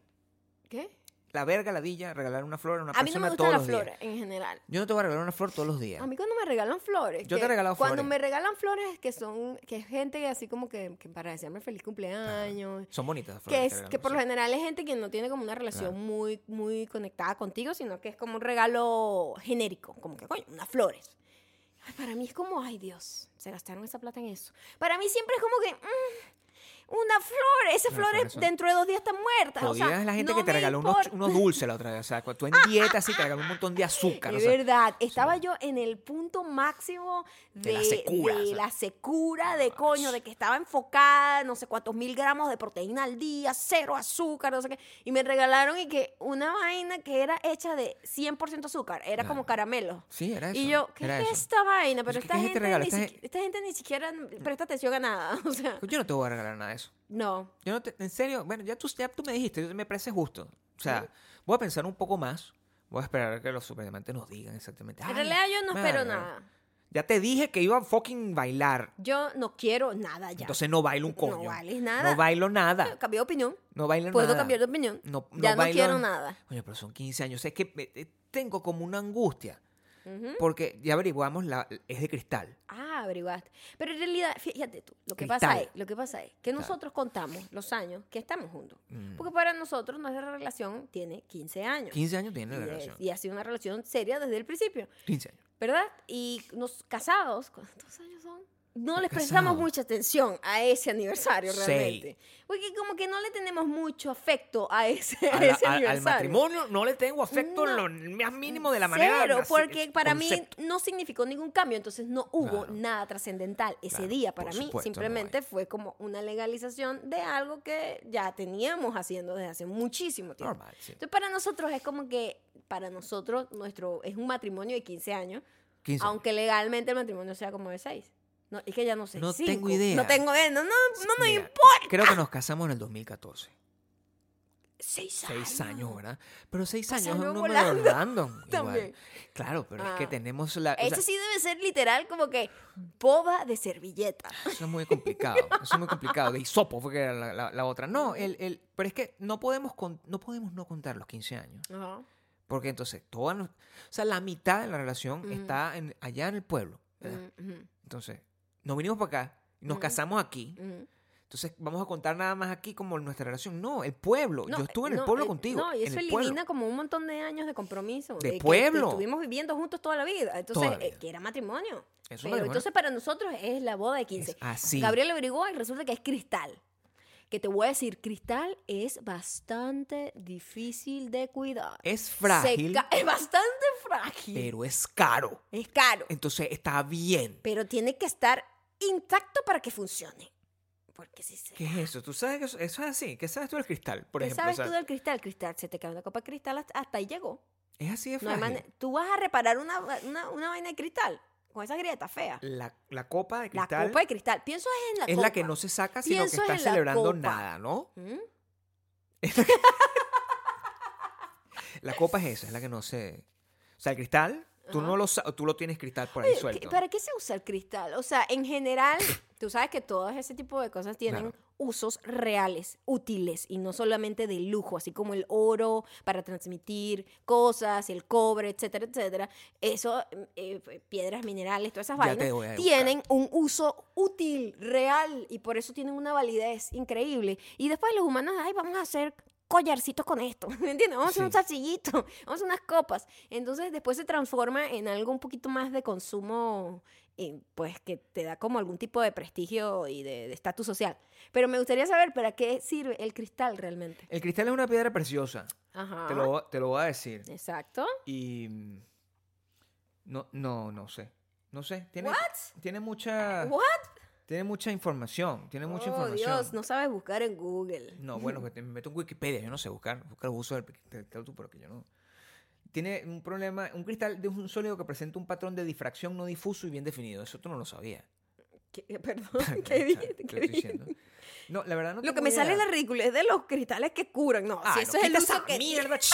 ¿qué?
La verga ladilla regalar una flor a una
A mí no
persona
me gustan
todos
las
los días.
flores en general.
Yo no te voy a regalar una flor todos los días.
A mí cuando me regalan flores.
Yo te he
que-
regalado
Cuando
flores.
me regalan flores que son, que es gente así como que, que para desearme feliz cumpleaños.
Son bonitas las flores.
Que,
te
es,
regalan,
que por
sí.
lo general es gente que no tiene como una relación muy, muy conectada contigo, sino que es como un regalo genérico, como que, coño, unas flores. Ay, para mí es como, ay Dios, se gastaron esa plata en eso. Para mí siempre es como que, mm, una flor, esa flor
Las flores
es-
son-
dentro de dos días está muerta. O
Jodida
sea,
es la gente
no
que te
me
regaló unos,
importa.
unos dulces la otra vez. O sea, cuando tú en dieta así te regaló un montón de azúcar. o
Es
sea,
verdad, estaba yo en el punto máximo de,
De la secura,
de
o sea.
la secura, de coño, de que estaba enfocada, no sé cuántos mil gramos de proteína al día, cero azúcar, no sé qué. Y me regalaron y que una vaina que era hecha de 100% azúcar, era
Claro.
como caramelo.
sí, era eso.
Y yo, ¿qué
era
es
eso.
esta vaina? Pero
¿qué-
esta,
qué
gente
gente regala?
ni
Esta
siqui- esta gente ni siquiera presta atención a nada. O sea,
Yo no te voy a regalar nada de eso.
no.
Yo no te- en serio, bueno, ya tú, ya tú me dijiste, yo- me parece justo. O sea, voy a pensar un poco más. Voy a esperar a que los superdiamantes nos digan exactamente.
En
Ay,
realidad yo no
me
espero
regalar.
nada.
Ya te dije que iba a fucking bailar.
Yo no quiero nada ya.
Entonces no bailo un
No
coño.
vales nada.
No bailo nada.
Cambié de opinión.
No bailo
Puedo
nada.
cambiar de opinión.
No,
ya no
bailo-
quiero nada.
Oye, pero son 15 años. Es que eh, eh, tengo como una angustia.
Ujú.
Porque ya averiguamos, la, es de cristal.
Ah, averiguaste. Pero en realidad, fíjate tú, lo que
Cristal.
pasa es, lo que pasa es que
Claro.
nosotros contamos los años que estamos juntos.
Mm.
Porque para nosotros nuestra relación tiene 15 años.
15 años tiene
y,
la
es-
relación.
y ha sido una relación seria desde el principio,
15 años.
¿verdad? Y nos casados, ¿cuántos años son? No
Los
les prestamos
casados.
mucha atención a ese aniversario
Seis.
realmente. Porque como que no le tenemos mucho afecto a ese, a
A la-
ese
a- al
aniversario.
matrimonio no le tengo afecto en
No.
lo más mínimo de la manera.
Cero,
nace-
porque
el
para
concepto.
mí no significó ningún cambio, entonces no hubo
Claro.
nada trascendental ese
Claro,
día
por
para mí.
supuesto, no
Simplemente fue como una legalización de algo que ya teníamos haciendo desde hace muchísimo tiempo.
Normal, sí.
Entonces para nosotros es como que, para nosotros, nuestro es un matrimonio de 15 años,
15 años.
aunque legalmente el matrimonio sea como de 6. No, es que ya no sé.
No
cinco.
tengo idea.
No tengo idea. No, no, no me
Mira,
importa.
Creo que nos casamos en el 2014.
Seis años.
Seis años, ¿verdad? Pero seis años es un
Pasaron
número
volando.
random. igual.
También.
Claro, pero es
Ah.
que tenemos la. o sea,
Ese sí debe ser literal como que boba de servilleta.
Eso es muy complicado. Eso es muy complicado. De hisopo fue que era la, la- la otra. No, el, el- pero es que no podemos, con- no podemos no contar los 15 años.
Ajá.
Porque entonces, toda, nos- o sea, la mitad de la relación
Ujú.
está en- allá en el pueblo. ¿verdad?
Mm, ujú.
Entonces, nos vinimos para acá, nos
Ujú.
casamos aquí.
Ujú.
Entonces, vamos a contar nada más aquí como nuestra relación. No, el pueblo.
No,
Yo estuve en
no,
el pueblo
eh,
contigo.
No, y eso
en el pueblo.
elimina como un montón de años de compromiso.
De
que- que
pueblo.
estuvimos viviendo juntos toda la vida. Entonces,
Toda la
eh,
vida.
que era matrimonio.
Eso
Pero
me-
entonces para nosotros es la boda de 15.
es ah, así.
Gabriel averiguó y resulta que es cristal. Que te voy a decir, cristal es bastante difícil de cuidar.
es
Se
frágil,
ca- Es bastante frágil.
pero es caro.
es caro.
Entonces, está bien.
Pero tiene que estar intacto para que funcione. Porque si se
¿Qué es eso? ¿Tú sabes que eso, eso es así? ¿Qué sabes tú del cristal, por
¿Qué
ejemplo?
sabes
O sea,
tú del cristal? Cristal, se te cae una copa de cristal, hasta, hasta ahí llegó.
Es así de
No hay
frágil.
mane- tú vas a reparar una, una, una vaina de cristal con esa grieta fea.
la, la copa de
La
cristal
copa de cristal. Pienso es en la
es
copa.
la que no se saca, sino
Pienso
que
en
está
la
celebrando
copa.
nada, ¿no?
¿Mm?
La copa es esa, es la que no se... O sea, el cristal, tú
Ajá.
no lo sa- tú lo tienes cristal por ahí
Oye, ¿qué-
suelto.
¿Para qué se usa el cristal? O sea, en general, tú sabes que todos ese tipo de cosas tienen
Claro.
usos reales, útiles, y no solamente de lujo, así como el oro para transmitir cosas, el cobre, etcétera, etcétera. Eso, eh, eh, piedras minerales, todas esas
Ya te voy a
vainas,
buscar.
tienen un uso útil, real, y por eso tienen una validez increíble. Y después los humanos, ay, vamos a hacer collarcitos con esto, ¿me entiendes? Vamos a hacer un
Sí.
salsillito, vamos a hacer unas copas. Entonces después se transforma en algo un poquito más de consumo, eh, pues que te da como algún tipo de prestigio y de de estatus social. Pero me gustaría saber para qué sirve el cristal realmente.
El cristal es una piedra preciosa,
Ajá.
te, lo, te lo voy a decir.
Exacto.
Y mm, no no no sé. No sé, tiene tiene mucha
What?
tiene mucha información, tiene mucha
oh,
información.
Dios, no sabes buscar en Google.
No, bueno, pues, que te- me meto en Wikipedia, yo no sé buscar, buscar uso del cristal tú, pero que yo no. Tiene un problema, un cristal de un sólido que presenta un patrón de difracción no difuso y bien definido. Eso tú no lo sabías.
¿Qué- perdón, ¿qué dije?
Te
¿Qué
lo estoy
dije?
diciendo. No, la verdad no
Lo que
tengo
me sale es
idea.
la ridiculez de los cristales que curan. No,
Ah,
si eso
no,
es el
quita esa
uso que
mierda.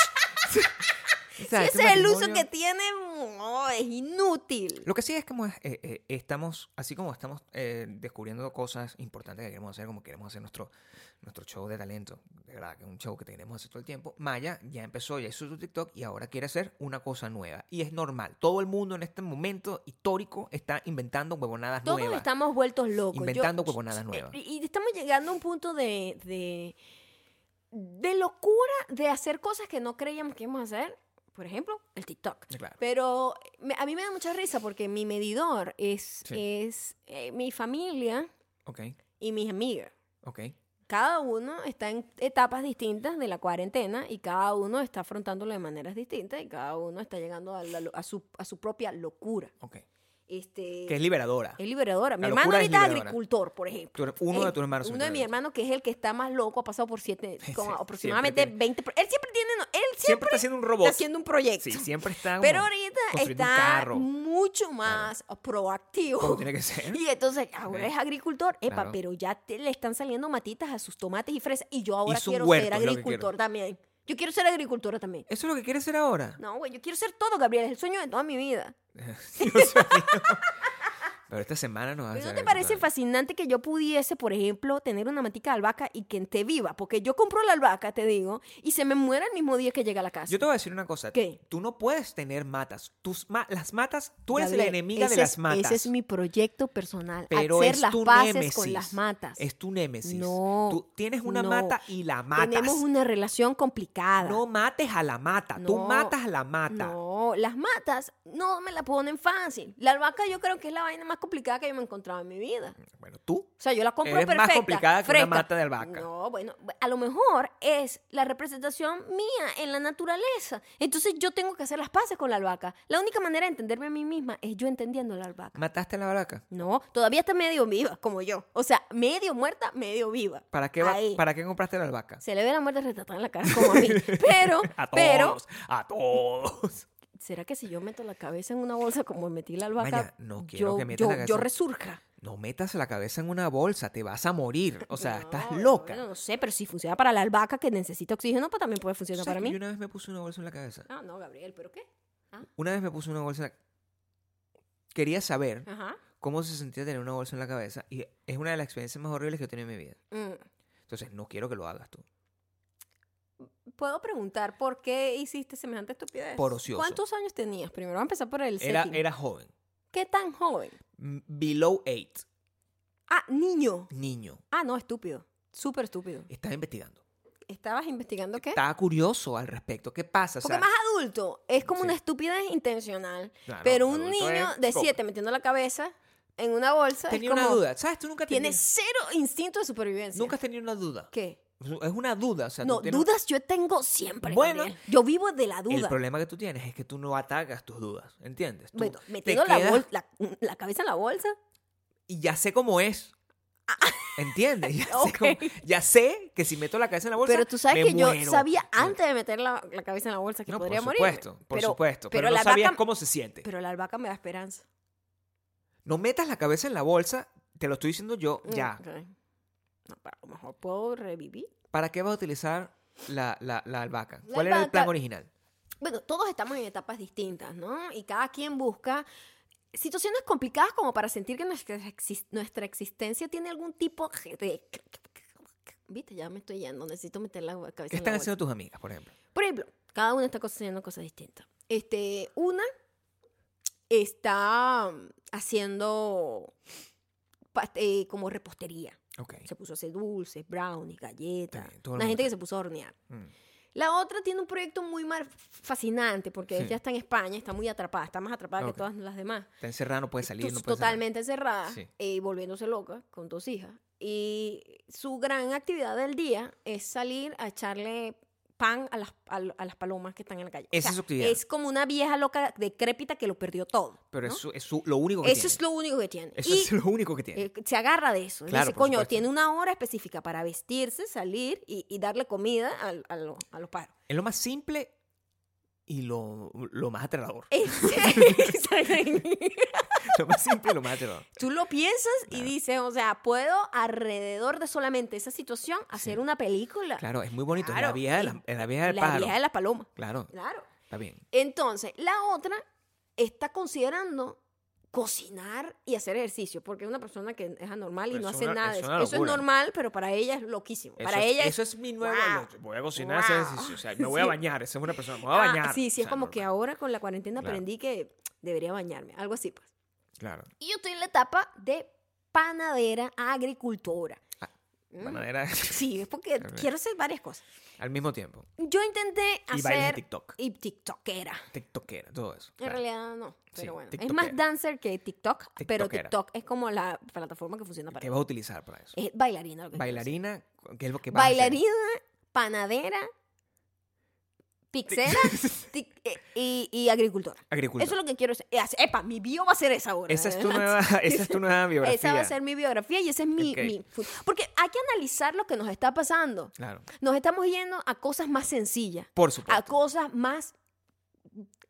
Si ese
este
es el uso que tiene, no, es inútil.
Lo que sí es como es, eh, eh, estamos, así como estamos eh, descubriendo cosas importantes que queremos hacer, como queremos hacer nuestro, nuestro show de talento, de verdad, que es un show que queremos hacer todo el tiempo, Maya ya empezó, ya hizo su TikTok y ahora quiere hacer una cosa nueva. Y es normal, todo el mundo en este momento histórico está inventando huevonadas
Todos
nuevas.
estamos vueltos locos. Yo- eh,
Inventando huevonadas nuevas.
Y y estamos llegando a un punto de, de, de locura de hacer cosas que no creíamos que íbamos a hacer. Por ejemplo, el TikTok.
Claro.
Pero me- a mí me da mucha risa porque mi medidor es,
Sí.
es eh, mi familia
Ok,
y mis amigas.
ok.
Cada uno está en etapas distintas de la cuarentena y cada uno está afrontándolo de maneras distintas y cada uno está llegando a, la lo- a su, a su propia locura.
Ok.
Este,
Que es liberadora.
es liberadora. Mi
La
hermano
locura es
ahorita es
liberadora.
agricultor, por ejemplo.
Tu her- uno de
Eh,
tus hermanos.
Uno de mis hermanos, que es el que está más loco, ha pasado por siete,
Sí,
como
sí,
aproximadamente
siempre
20. pro- Él siempre tiene, no, él siempre,
Siempre está haciendo un robot.
está haciendo un proyecto.
Sí, siempre está. como
Pero ahorita
construyendo un
está
carro,
mucho más proactivo.
como tiene que ser.
Y entonces ahora
Ok.
es agricultor, epa,
Claro.
pero ya te- le están saliendo matitas a sus tomates y fresas. Y yo ahora
Hizo un
quiero
huerto,
ser
es lo que
agricultor
quiero.
también. Yo quiero ser agricultora también.
¿Eso es lo que quiere hacer ahora?
No, güey, yo quiero ser todo, Gabriel, es el sueño de toda mi vida.
Dios mío. Pero esta semana nos va a
¿Pero no
hacer
te
eso,
parece
claro.
fascinante que yo pudiese, por ejemplo, tener una matica de albahaca y que esté viva? Porque yo compro la albahaca, te digo, y se me muera el mismo día que llega a la casa.
Yo te voy a decir una cosa.
¿Qué?
Tú no puedes tener matas. Tus ma- las matas, tú eres
Gabriel,
la enemiga
ese
de las
es-
matas.
Ese es mi proyecto personal,
pero
hacer
es
las
tu
paces
némesis.
con las matas.
Es tu némesis.
No,
Tú tienes una
no.
mata y la matas.
Tenemos una relación complicada.
No mates a la mata. Tú
No.
matas a la mata.
No, las matas no me la ponen fácil. La albahaca yo creo que es la vaina más complicada que yo me he encontrado en mi vida.
Bueno, tú.
O sea, yo la compro
Eres más
perfecta.
complicada que una
fresca.
mata de albahaca.
No, bueno, a lo mejor es la representación mía en la naturaleza. Entonces yo tengo que hacer las paces con la albahaca. La única manera de entenderme a mí misma es yo entendiendo la albahaca.
¿Mataste a la baraca?
No, todavía está medio viva, como yo. O sea, medio muerta, medio viva.
¿Para qué, va-
Ahí.
¿Para qué compraste la albahaca?
Se le ve la muerte retratada en la cara como a mí. Pero,
A
pero,
todos. A todos.
¿será que si yo meto la cabeza en una bolsa como metí la albahaca,
Maya, no quiero
yo,
que metas
yo,
la
yo
cabeza-
resurja?
No metas la cabeza en una bolsa. Te vas a morir. O sea, estás
No,
loca.
bueno, no sé, pero si funciona para la albahaca que necesita oxígeno, pues también puede funcionar
¿Sabes
para
que
mí.
Yo una vez me puse una bolsa en la cabeza.
Ah, no, Gabriel, ¿pero qué?
Una vez me puse una bolsa. en la- Quería saber
Ajá.
cómo se sentía tener una bolsa en la cabeza y es una de las experiencias más horribles que he tenido en mi vida.
Mm.
Entonces, no quiero que lo hagas tú.
Puedo preguntar por qué hiciste semejante estupidez.
Por ocioso.
¿Cuántos años tenías? Primero, vamos a empezar por el
Era,
setting.
era joven.
¿Qué tan joven?
M- Below 8.
Ah, niño.
Niño.
Ah, no, estúpido. Súper estúpido.
Estaba investigando.
¿Estabas investigando qué?
Estaba curioso al respecto. ¿Qué pasa? O
Porque
sea,
más adulto es como
sí.
una estupidez intencional.
Claro,
pero un
adulto
niño
es
de
como-
7 metiendo la cabeza en una bolsa
tenía
es como...
una duda. ¿Sabes? Tú nunca
Tiene
tenías-
cero instinto de supervivencia.
Nunca has tenido una duda.
¿Qué?
Es una duda. O sea, tú
No,
tienes-
dudas yo tengo siempre.
Bueno.
Gabriel. yo vivo de la
El
duda.
problema que tú tienes es que tú no atacas tus dudas. ¿Entiendes? Tú
Bueno,
te
metiendo la,
quedas-
bol- la, la cabeza en la bolsa.
y ya sé cómo es. ¿Entiendes? Ya,
Ok.
sé cómo- ya sé que si meto la cabeza en la bolsa.
Pero tú sabes
me
que yo
muero.
sabía antes de meter la, la cabeza en la bolsa que
No, por
podría morir.
supuesto, por supuesto. Pero, no
la
sabías
albahaca-
cómo se siente.
Pero la albahaca me da esperanza.
No metas la cabeza en la bolsa, te lo estoy diciendo yo,
Mm,
ya.
ok. No, pero a lo mejor puedo revivir.
¿Para qué vas a utilizar la, la- la albahaca?
La
¿Cuál era el plan
albahaca-
original?
bueno, todos estamos en etapas distintas, ¿no? Y cada quien busca situaciones complicadas como para sentir que nuestra, exis- nuestra existencia tiene algún tipo de... Viste, ya me estoy yendo, necesito meter la cabeza.
¿Qué
en la
están
bolsa.
haciendo tus amigas, por ejemplo?
Por ejemplo, cada una está haciendo cosas distintas. Este, una está mm, haciendo pas- eh, como repostería.
Ok.
Se puso a hacer dulces, brownies, galletas.
Está bien, todo el
Una
mundo
gente que
está-
se puso a hornear.
Mm.
La otra tiene un proyecto muy mar- fascinante porque
Sí.
ella está en España, está muy atrapada, está más atrapada
Ok.
que todas las demás.
Está encerrada, no puede salir,
Tus-
no puede salir.
Eh, totalmente cerrada
Sí.
y volviéndose loca con dos hijas. Y su gran actividad del día es salir a echarle pan a las, a, lo- a las palomas que están en la calle.
Esa es su actividad.
Es como una vieja loca decrépita que lo perdió todo.
Pero
¿no?
es, su- es su- lo único que
Eso
tiene.
es lo único que tiene.
Eso
Y,
es lo único que tiene.
eh, se agarra de eso.
Claro,
Dice,
por
coño,
supuesto.
tiene una hora específica para vestirse, salir y, y darle comida al- a, lo- a los paros.
Es lo más simple y lo, lo más aterrador. lo más simple y lo más aterrador.
Tú lo piensas y
Claro.
dices, o sea, puedo alrededor de solamente esa situación hacer
Sí.
una película.
Claro, es muy bonito. es la
Claro,
vieja de
y-
la, es la vieja del
la
pájaro.
vieja de la paloma.
Claro,
Claro.
está bien.
Entonces, la otra está considerando cocinar y hacer ejercicio, porque es una persona que es anormal y
Pero
no
Pues es
hace
una-
nada
es
de eso.
una
Eso es
locura.
normal, pero para ella es loquísimo. para
eso
ella
es,
es-
eso es mi nueva
¡Wow!
noche. Voy a cocinar, hacer
¡Wow!
ejercicio. O sea, me voy a
Sí.
bañar. Esa es una persona. Me voy a
Ah,
bañar.
sí, sí,
O
es
sea,
como
normal.
que ahora con la cuarentena
Claro.
aprendí que debería bañarme, algo así pues.
Claro.
Y yo estoy en la etapa de panadera agricultora.
Ah,
Mm.
Manadera
Sí, es porque
Ok.
quiero hacer varias cosas.
al mismo tiempo.
Yo intenté
Y bailes de
hacer
TikTok.
y tiktokera.
TikTokera, todo eso.
En
claro.
realidad no, pero
Sí,
bueno. Es
tiktokera.
más dancer que TikTok, pero
Tiktokera.
TikTok es como la plataforma que funciona para
¿Qué vas a utilizar para eso?
Es bailarina lo que quiero decir.
Bailarina, ¿qué es lo que vas a hacer?
Bailarina, panadera, pixera tic- eh, y, y agricultora.
Agricultor.
Eso es lo que quiero hacer. Eh, hace- Epa, mi bio va a ser esa ahora.
Esa es tu
adelante.
nueva, esa es tu nueva biografía.
Esa va a ser mi biografía y ese es mi,
Ok.
mi fut- Porque hay que analizar lo que nos está pasando.
Claro.
Nos estamos yendo a cosas más sencillas.
Por
a
supuesto.
cosas más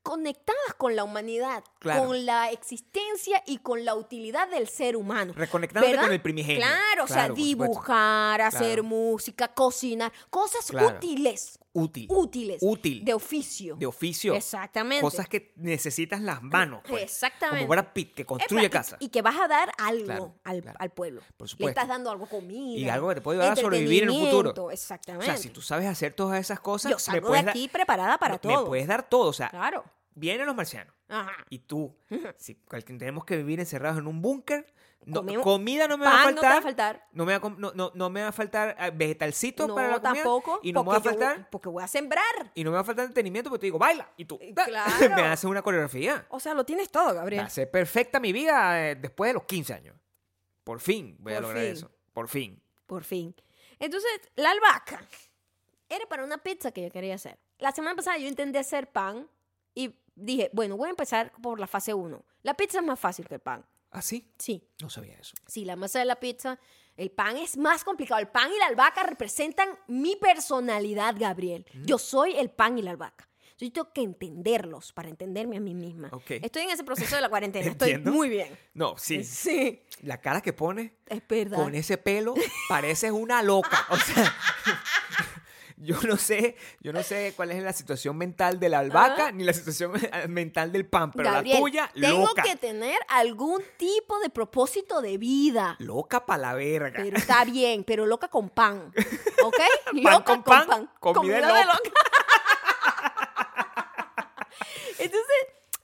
conectadas con la humanidad,
Claro.
con la existencia y con la utilidad del ser humano.
Reconectándote
¿Verdad?
con el primigenio.
Claro, o sea,
por supuesto.
dibujar, hacer
Claro.
música, cocinar, cosas
Claro.
útiles,
Útil.
útiles,
Útil.
de oficio.
De oficio.
Exactamente.
Cosas que necesitas las manos. pues.
Exactamente.
Como Brad Pitt, que
Epa,
construye
y-
casa.
Y, que vas a dar algo
Claro,
al,
claro.
al pueblo.
Por
Le
supuesto.
estás dando algo comida.
Y algo que te puede ayudar a sobrevivir en un futuro.
entretenimiento,
o
Exactamente.
sea, si tú sabes hacer todas esas cosas,
Yo
me
salgo de
puedes dar-
aquí preparada para
me-
todo.
Me puedes dar todo. O sea,
Claro.
vienen los marcianos.
Ajá.
Y tú, si cual- tenemos que vivir encerrados en un búnker, no-
Comemos-
comida no me va a
Pan no te va a
faltar.
faltar.
No me, va a com- no, no- no me va a faltar eh, vegetalcito
no,
para la comida.
tampoco.
Y no me va a
porque yo-
faltar.
porque voy a sembrar.
Y no me va a faltar entretenimiento porque te digo, baila. Y tú,
Eh,
ta,
claro.
me haces una coreografía.
O sea, lo tienes todo,
Va
Gabriel.
a ser perfecta mi vida eh, después de los 15 años. Por fin voy a
Por
lograr
fin.
eso. Por fin.
Por fin. Entonces, la albahaca era para una pizza que yo quería hacer. La semana pasada yo intenté hacer pan y dije, bueno, voy a empezar por la fase 1. La pizza es más fácil que el pan.
¿Así?
Sí,
¿Ah, no sabía eso.
sí, la masa de la pizza, el pan es más complicado. El pan y la albahaca representan mi personalidad, Gabriel.
Mm.
Yo soy el pan y la albahaca. Yo tengo que entenderlos para entenderme a mí misma.
Ok.
Estoy en ese proceso de la cuarentena. Estoy
Entiendo.
muy bien.
No, sí.
Eh, Sí,
La cara que pones
es verdad.
con ese pelo pareces una loca. O sea, yo no sé, yo no sé cuál es la situación mental de la albahaca ni la situación mental del pan, pero
Gabriel,
la tuya,
tengo
loca.
que tener algún tipo de propósito de vida.
Loca pa' la verga.
Pero está bien, pero loca con pan. ¿Ok? loca
con pan, comida
de
loca.
Entonces,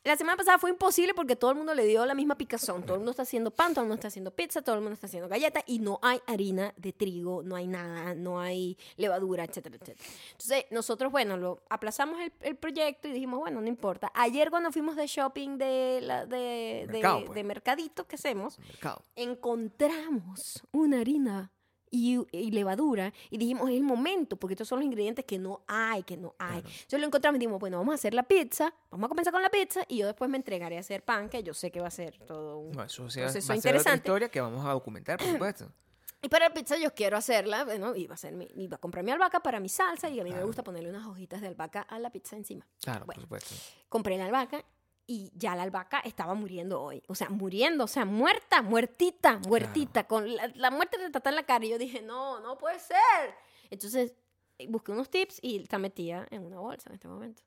la semana pasada fue imposible porque todo el mundo le dio la misma picazón. Todo el mundo está haciendo pan, todo el mundo está haciendo pizza, todo el mundo está haciendo galletas y no hay harina de trigo, no hay nada, no hay levadura, etcétera, etcétera. Entonces, nosotros, bueno, lo aplazamos el, el proyecto y dijimos, bueno, no importa. Ayer cuando fuimos de shopping de, la, de, de-
Mercado, pues.
de mercadito que hacemos,
Mercado.
encontramos una harina y, y levadura y dijimos, es el momento, porque estos son los ingredientes que no hay, que no hay.
Claro.
Yo lo encontramos y dijimos, bueno, vamos a hacer la pizza, vamos a comenzar con la pizza y yo después me entregaré a hacer pan, que yo sé que va a ser todo un...
No, eso sí va-
Entonces, eso
va a ser otra
interesante.
historia que vamos a documentar, por supuesto.
Y para la pizza yo quiero hacerla, bueno, iba a, ser mi, iba a comprar mi albahaca para mi salsa y a mí me
Claro.
gusta ponerle unas hojitas de albahaca a la pizza encima.
Claro,
Bueno.
por supuesto.
compré la albahaca y ya la albahaca estaba muriendo hoy. O sea, muriendo, o sea, muerta, muertita, muertita, con la, la muerte retratada en la cara. Y yo dije, no, no puede ser. Entonces eh, busqué unos tips y está metida en una bolsa en este momento.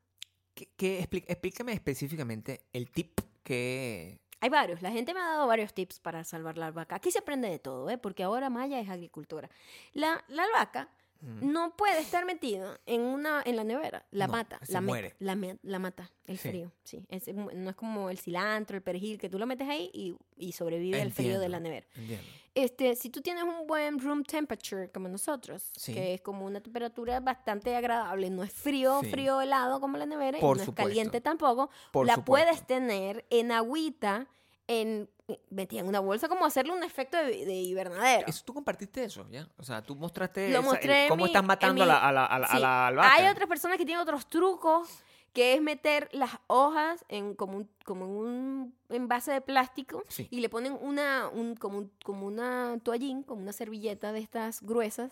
¿Qué, qué- expli- explícame específicamente el tip que...
Hay varios. La gente me ha dado varios tips para salvar la albahaca. Aquí se aprende de todo, ¿eh? porque ahora Maya es agricultora. La, la albahaca
Mm,
no puede estar metida en, una, en la nevera. La
No,
mata.
se
la met-
muere.
la, met- la mata. El
Sí.
frío. Sí. Es- no es como el cilantro, el perejil, que tú lo metes ahí y, y sobrevive al frío de
Entiendo.
la nevera.
entiendo.
Este, si tú tienes un buen room temperature como nosotros,
Sí.
que es como una temperatura bastante agradable, no es frío,
Sí.
frío helado como la nevera, y
Por
no
supuesto.
es caliente tampoco,
Por
la
supuesto.
puedes tener en agüita, en metida en una bolsa, como hacerle un efecto de, de hibernadero.
Eso, tú compartiste eso, ¿ya? O sea, tú mostraste
Lo
esa- el-
mostré en
cómo
mi-
estás
en
matando
mi-
a, la, a, la, a, la, a
Sí.
la albahaca.
Hay otras personas que tienen otros trucos, que es meter las hojas en como un, como en un envase de plástico
Sí.
y le ponen una, un, como, un- como una toallín, como una servilleta de estas gruesas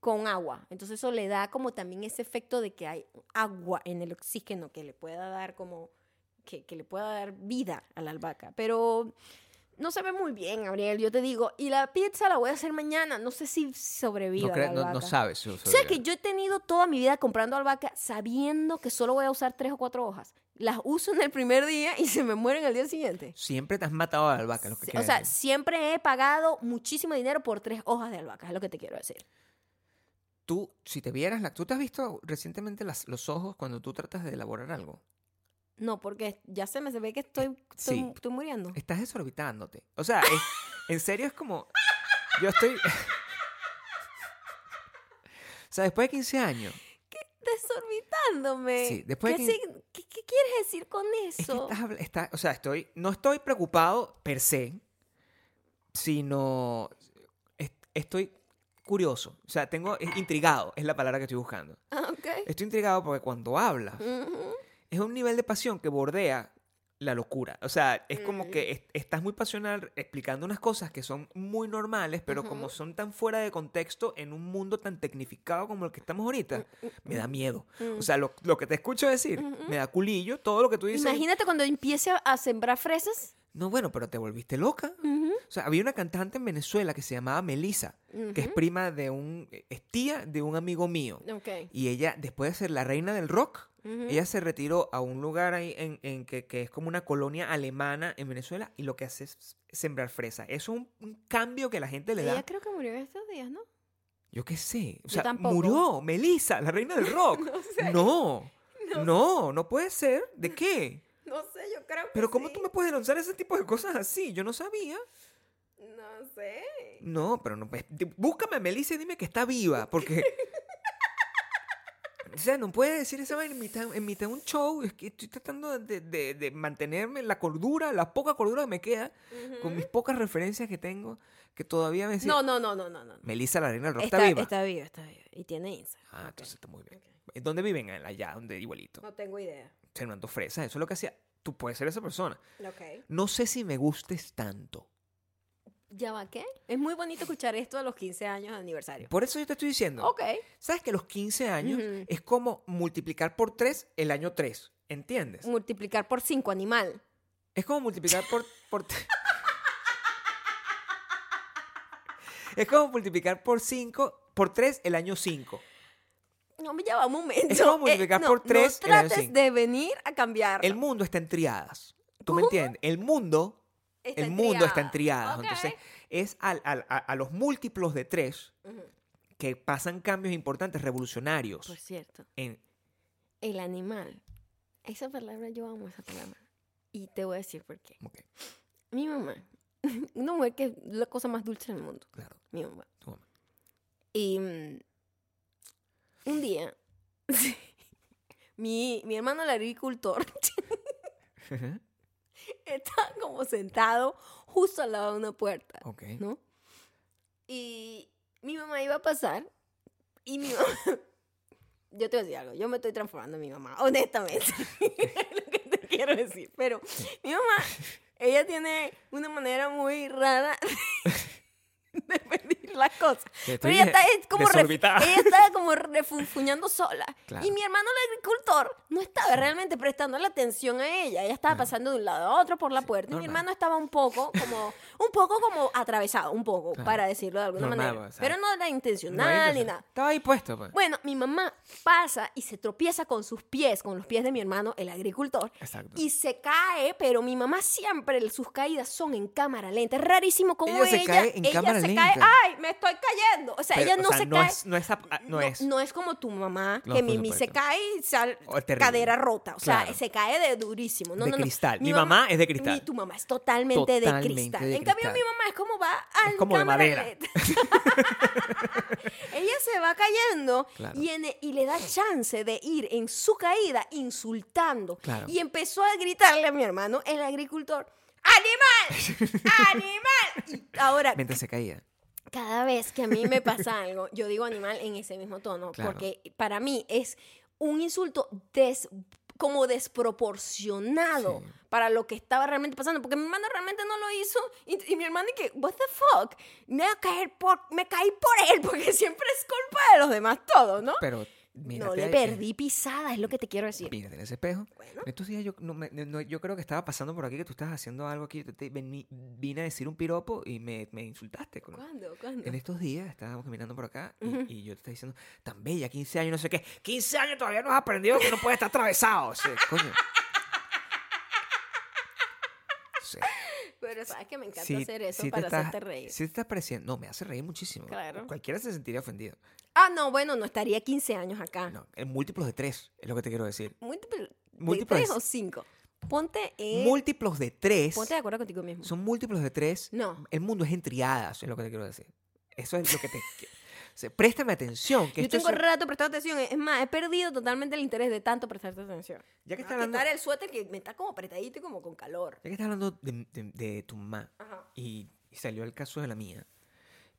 con agua. Entonces eso le da como también ese efecto de que hay agua en el oxígeno que le pueda dar como, que, que le pueda dar vida a la albahaca. Pero no se ve muy bien, Gabriel, yo te digo. Y la pizza la voy a hacer mañana. No sé si sobreviva
no,
la
cre- no, no
albahaca.
sabes.
O sea que yo he tenido toda mi vida comprando albahaca sabiendo que solo voy a usar tres o cuatro hojas. Las uso en el primer día y se me mueren al día siguiente.
Siempre te has matado a la albahaca. Lo que
Sí, O
quieres
sea,
decir.
siempre he pagado muchísimo dinero por tres hojas de albahaca, es lo que te quiero decir.
tú, si te vieras, la, tú te has visto recientemente las- los ojos cuando tú tratas de elaborar algo.
No, porque ya se me se ve que estoy, estoy,
Sí.
estoy muriendo.
Estás desorbitándote. O sea, es- en serio es como. Yo estoy. o sea, después de 15 años,
Desorbitándome.
Sí, después
¿Qué,
que-
sig- qué- qué quieres decir con
es que
eso?
estás, habla- está- o sea, estoy, no estoy preocupado per se, sino es- estoy curioso. O sea, tengo es intrigado, es la palabra que estoy buscando.
Ah, ok.
Estoy intrigado porque cuando hablas
Ujú.
es un nivel de pasión que bordea la locura. O sea, es como que es- estás muy pasional explicando unas cosas que son muy normales, pero como son tan fuera de contexto en un mundo tan tecnificado como el que estamos ahorita, me da miedo. O sea, lo, lo que te escucho decir, me da culillo todo lo que tú dices.
Imagínate cuando empiece a, a sembrar fresas.
No, bueno, pero te volviste loca. O sea, había una cantante en Venezuela que se llamaba Melissa, que es prima de un, eh, es tía de un amigo mío.
Ok.
Y ella, después de ser la reina del rock, ella se retiró a un lugar ahí en, en que, que es como una colonia alemana en Venezuela y lo que hace es sembrar fresa. Eso es un, un cambio que la gente le da.
Ella creo que murió estos días, ¿no?
Yo qué sé. O
Yo
sea,
tampoco.
murió Melissa, la reina del rock. no, no, no, puede ser. ¿De qué?
No sé, yo creo que
Pero ¿cómo tú me puedes lanzar ese tipo de cosas así? Yo no sabía.
No sé.
No, pero no. pues, di- Búscame a Melissa y dime que está viva, porque. O sea, no puedes decir esa vaina en mitad, en mitad de un show. Es que estoy tratando de, de- de mantenerme la cordura, la poca cordura que me queda, con mis pocas referencias que tengo, que todavía me decís,
No, no, no, no, no, no.
Melissa, la reina del rock, está,
está
viva.
Está viva, está viva. Y tiene Instagram.
Ah,
Ok.
entonces está muy bien. ¿Dónde viven? Allá, donde igualito.
No tengo idea.
Sembrando fresas, eso es lo que hacía. Tú puedes ser esa persona.
Ok.
No sé si me gustes tanto.
¿Ya va qué? Es muy bonito escuchar esto a los 15 años de aniversario.
Por eso yo te estoy diciendo.
Ok.
¿Sabes que los 15 años
Ujú.
es como multiplicar por 3 el año 3? ¿Entiendes?
Multiplicar por 5, animal.
Es como multiplicar por... por t- es como multiplicar por 5, por 3 el año 5.
No me lleva un momento. Eh,
Es como multiplicar por tres
No
el año
trates
cinco.
de venir a cambiar.
El mundo está en triadas. ¿Tú me entiendes? El mundo,
Está
el
en
mundo está en
triadas.
triadas.
Ok.
Entonces, es al- al- a, a los múltiplos de 3 que pasan cambios importantes, revolucionarios.
Por cierto,
en,
el animal. Esa palabra, yo amo esa palabra. Y te voy a decir por qué.
ok,
Mi mamá, una mujer que es la cosa más dulce del mundo.
claro.
Mi mamá.
tu mamá.
Y mm, un día, mi, mi hermano el agricultor estaba como sentado justo al lado de una puerta,
ok.
¿no? Y mi mamá iba a pasar y mi mamá... Yo te voy a decir algo, yo me estoy transformando en mi mamá, honestamente. es lo que te quiero decir. Pero mi mamá, ella tiene una manera muy rara de pedir decir las cosas.
Que
Pero
estoy
ella está es como, ref-
desorbitada.
ella está como refunfuñando sola.
Claro.
Y mi hermano, el agricultor, no estaba realmente prestando la atención a ella. Ella estaba pasando de un lado a otro por la puerta. y mi
normal.
hermano estaba un poco como, un poco como atravesado, un poco,
Claro.
para decirlo de alguna
Normal,
manera.
o sea,
Pero no era
No hay
intencional ni
cosa.
nada.
Estaba ahí puesto, pues.
Bueno, mi mamá pasa y se tropieza con sus pies, con los pies de mi hermano, el agricultor.
Exacto.
Y se cae, pero mi mamá siempre, sus caídas son en cámara lenta. Es rarísimo cómo ella
Ella se cae en
ella
cámara
se
lenta.
cae, ¡ay, me estoy cayendo! O sea,
Pero,
ella no
o sea,
se
no
cae.
Es, no es, ap- ah, no es.
no es como tu mamá,
No,
que
por
Mimi se
supuesto.
cae y sale
Oh, terrible.
cadera rota. O sea,
Claro.
se cae de durísimo. No,
De
no, no.
cristal. Mi mamá es de cristal.
mi- tu mamá es totalmente,
Totalmente
de cristal.
de
en cambio,
cristal.
mi mamá es como va al
como de
cámara
madera.
lenta. Ella se va cayendo
Claro.
y, en- e, y le da chance de ir en su caída insultando.
Claro.
Y empezó a gritarle a mi hermano, el agricultor, ¡Animal! ¡Animal! Y ahora,
Mientras se caía.
cada vez que a mí me pasa algo, yo digo animal en ese mismo tono,
Claro.
porque para mí es un insulto des- como desproporcionado
Sí.
para lo que estaba realmente pasando, porque mi hermano realmente no lo hizo y, y mi hermano que, what the fuck, me, voy a caer por, me caí por él, porque siempre es culpa de los demás todo, ¿no?
Pero, mira.
no le perdí pisada, es lo que te quiero decir.
Mírate en ese espejo.
Bueno.
En estos días yo, no me- no- yo creo que estaba pasando por aquí que tú estás haciendo algo aquí. Te, te- vení- vine a decir un piropo y me, me insultaste. con-
¿Cuándo? ¿Cuándo?
En estos días estábamos caminando por acá y, y yo te estaba diciendo, tan bella, 15 años, no sé qué. 15 años todavía no has aprendido que no puedes estar atravesado. O sea, coño. Sí.
Pero sabes que me encanta
Sí,
hacer eso
sí te
para
estás-
hacerte reír.
sí te estás pareciendo. No, me hace reír muchísimo.
Claro.
Cualquiera se sentiría ofendido.
Ah, no, bueno, no estaría 15 años acá.
No, en múltiplos de tres, es lo que te quiero decir.
Múltiples.
Múltiples.
¿De tres o cinco? Ponte, eh,
Múltiplos de tres.
ponte de acuerdo contigo mismo.
Son múltiplos de tres.
No.
El mundo es en triadas, es lo que te quiero decir. Eso es lo que te... que- o sea, préstame atención. Que
Yo
esto
tengo
es-
rato prestado atención. Es más, he perdido totalmente el interés de tanto prestarte atención.
ya,
Me
que estás
voy a
hablando,
quitar
ya
el suéter que me está como apretadito y como con calor.
que estás hablando de, de- de tu mamá
Ajá.
y, y salió el caso de la mía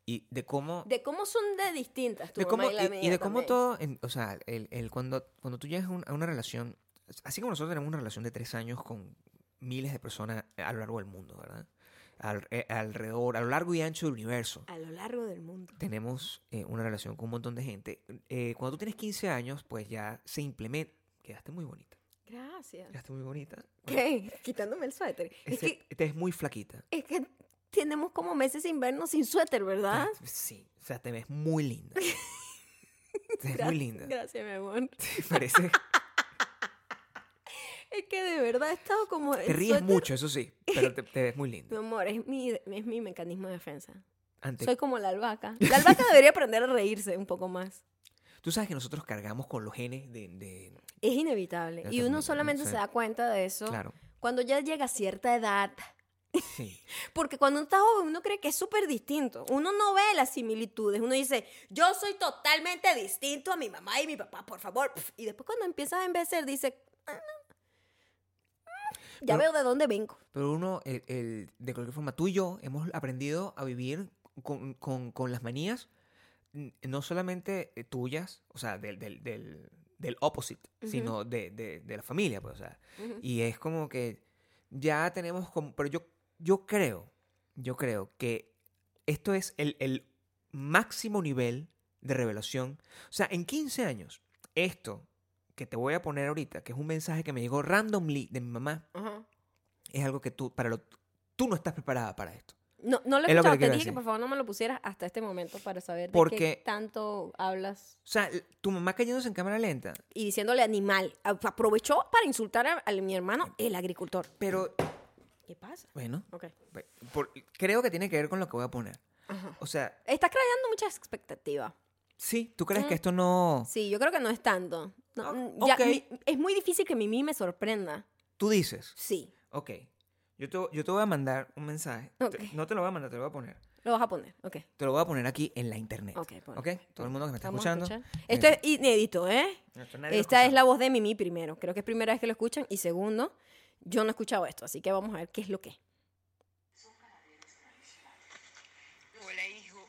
y de cómo...
De cómo son de distintas tu
de cómo,
mamá y la
y,
mía
y de cómo
también.
todo, en- o sea, el, el cuando, cuando tú llegas a un- a una relación, así como nosotros tenemos una relación de tres años con miles de personas a lo largo del mundo, ¿verdad? Al- eh, alrededor, a lo largo y ancho del universo,
A lo largo del mundo.
tenemos eh, una relación con un montón de gente. Eh, cuando tú tienes 15 años, pues ya se implementa. Quedaste muy bonita.
Gracias.
Quedaste muy bonita.
¿Qué? Quitándome el suéter. Es
Este-
que,
este es muy flaquita.
es que tenemos como meses sin vernos sin suéter, ¿verdad?
Te- Sí, o sea, te ves muy linda. te ves
Gra-
muy linda.
Gracias, mi amor.
Te parece.
Es que de verdad he estado como.
Te ríes mucho, eso sí, pero te, te ves muy
Mi
linda.
amor, es mi, es mi mecanismo de defensa.
Ante
Soy como la albahaca. La albahaca debería aprender a reírse un poco más.
Tú sabes que nosotros cargamos con los genes de... de-
Es inevitable.
Ya
Y
te
uno
admito,
solamente
sí.
se da cuenta de eso
claro,
cuando ya llega a cierta edad.
sí.
Porque cuando uno está joven, uno cree que es súper distinto. Uno no ve las similitudes. Uno dice, yo soy totalmente distinto a mi mamá y mi papá, por favor. Pf. Y después cuando empieza a envejecer, dice, "Ah, ya
Pero-
veo de dónde vengo.
Pero uno, el, el- de cualquier forma, tú y yo hemos aprendido a vivir con, con- con las manías, n- no solamente eh, tuyas, o sea, del, del, del, del opposite,
Ujú.
sino de, de- de la familia, pues, o sea.
Ujú.
Y es como que ya tenemos como... Pero yo, yo creo, yo creo que esto es el, el máximo nivel de revelación. O sea, en 15 años, esto que te voy a poner ahorita, que es un mensaje que me llegó randomly de mi mamá,
Ajá.
es algo que tú, para lo, tú no estás preparada para esto.
No, no lo he
Es lo que
escuchado.
te
Te dije
quiero
que
decir.
por favor no me lo pusieras hasta este momento para saber de qué
Porque-
tanto hablas.
O sea, l- tu mamá cayéndose en cámara lenta,
y diciéndole animal. A- Aprovechó para insultar a, a mi hermano, el agricultor.
pero
¿Qué pasa?
bueno,
Ok.
ve- por- creo que tiene que ver con lo que voy a poner.
Ajá.
O sea,
Estás creando muchas expectativas.
sí, tú crees
Mm.
que esto no...
Sí, yo creo que no es tanto. No,
Ah,
mm, ya,
ok.
mi- es muy difícil que Mimi me sorprenda.
Tú dices,
Sí,
ok, yo te, yo te voy a mandar un mensaje. Te-
Ok.
no te lo voy a mandar, te lo voy a poner.
lo vas a poner. Ok.
Te lo voy a poner aquí en la internet.
Ok,
Ok,
ponlo.
todo el mundo que me está
Vamos a
escuchando.
escuchar. Esto es inédito, ¿eh?
Esto nadie lo
Esta
escucha.
es la voz de Mimi primero. Creo que es primera vez que lo escuchan. Y segundo, yo no he escuchado esto. Así que vamos a ver qué es lo que es.
Hola, hijo.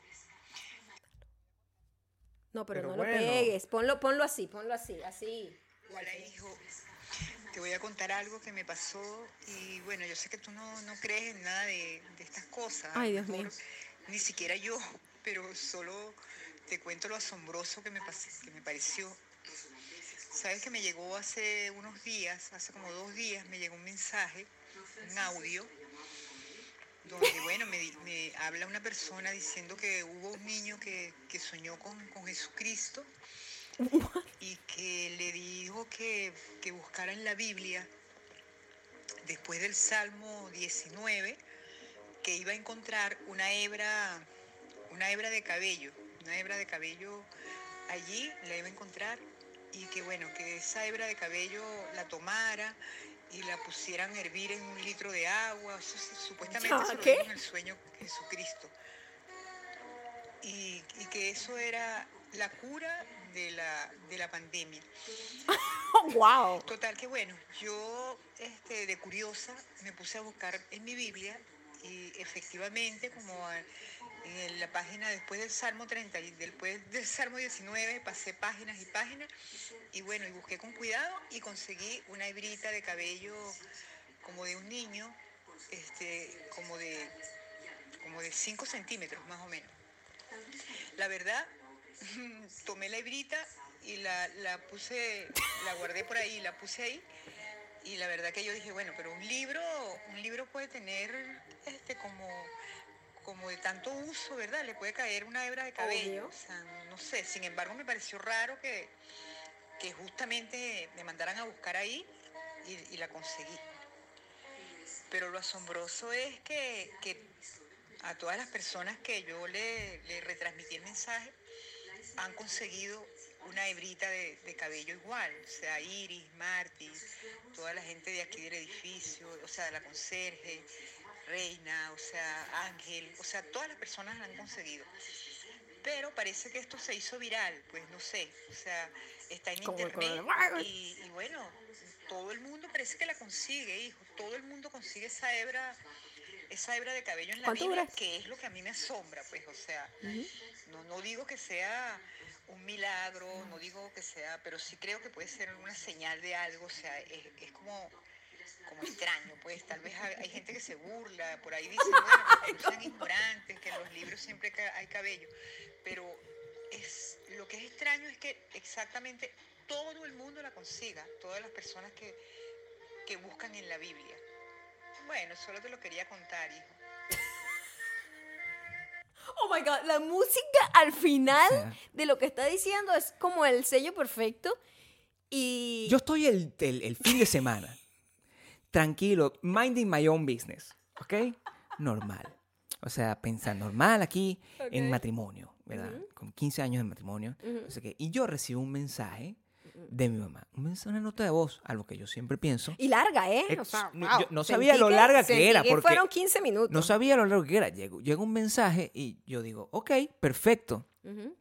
No, pero,
Pero
no lo
bueno.
pegues. Ponlo, ponlo así, ponlo así, así.
Hola, hijo. Te voy a contar algo que me pasó y bueno, yo sé que tú no, no crees en nada de, de estas cosas.
Ay, Dios
Por-
mío.
Ni siquiera yo. pero solo te cuento lo asombroso que me, pas- que me pareció. Sabes que me llegó hace unos días, hace como dos días, me llegó un mensaje, un audio, donde, bueno, me, di- me habla una persona diciendo que hubo un niño que, que soñó con, con Jesucristo y que le dijo que, que buscara en la Biblia, después del Salmo 19, que iba a encontrar una hebra, una hebra de cabello, una hebra de cabello allí, la iba a encontrar y que bueno, que esa hebra de cabello la tomara y la pusieran a hervir en un litro de agua, eso sí, supuestamente
¿Ya
se lo
qué?
dijo en el sueño Jesucristo. Y, y que eso era la cura de la, de la pandemia.
¡Wow!
Total, que bueno, yo este, de curiosa me puse a buscar en mi Biblia y efectivamente como a- en la página después del Salmo 30 y después del Salmo 19 pasé páginas y páginas y bueno, y busqué con cuidado y conseguí una hebrita de cabello como de un niño, este, como de como de 5 centímetros más o menos. La verdad, tomé la hebrita y la, la puse, la guardé por ahí, la puse ahí. Y la verdad que yo dije, bueno, pero un libro, un libro puede tener este como, como de tanto uso, ¿verdad? Le puede caer una hebra de cabello.
Obvio.
O sea, no sé. Sin embargo, me pareció raro que, que justamente me mandaran a buscar ahí y- y la conseguí. Pero lo asombroso es que, que a todas las personas que yo le, le retransmití el mensaje han conseguido una hebrita de, de cabello igual. O sea, Iris, Marti, toda la gente de aquí del edificio, o sea, de la conserje, Reina, o sea, Ángel, o sea, todas las personas la han conseguido. Pero parece que esto se hizo viral, pues no sé, o sea, está en
Como el
internet
coronavirus.
y, y bueno, todo el mundo parece que la consigue, hijo, todo el mundo consigue esa hebra, esa hebra de cabello en la
¿Cuánto
Biblia,
dura?
que es lo que a mí me asombra, pues, o sea, no, no digo que sea un milagro, no digo que sea, pero sí creo que puede ser una señal de algo, o sea, es, es como, como extraño, pues tal vez hay, hay gente que se burla, por ahí dicen, bueno, que son ignorantes, que en los libros siempre ca- hay cabello, pero es, lo que es extraño es que exactamente todo el mundo la consiga, todas las personas que, que buscan en la Biblia. Bueno, solo te lo quería contar, hijo.
Oh my god, la música al final
sea.
de lo que está diciendo es como el sello perfecto. Y.
Yo estoy el, el- el fin de semana, tranquilo, minding my own business, ¿ok? Normal. O sea, pensar normal aquí en
Ok.
matrimonio, ¿verdad? Con 15 años de matrimonio.
Ujú.
no sé qué. Y yo recibo un mensaje de mi mamá, un mensaje, una nota de voz, a lo que yo siempre pienso.
Y larga, ¿eh? O
Ex-
sea,
no,
wow.
yo no
Sentí
sabía lo larga que
sentí
era, porque
fueron 15 minutos.
No sabía lo largo que era. Llegó- llega un mensaje y yo digo, ok, perfecto,
Ujú,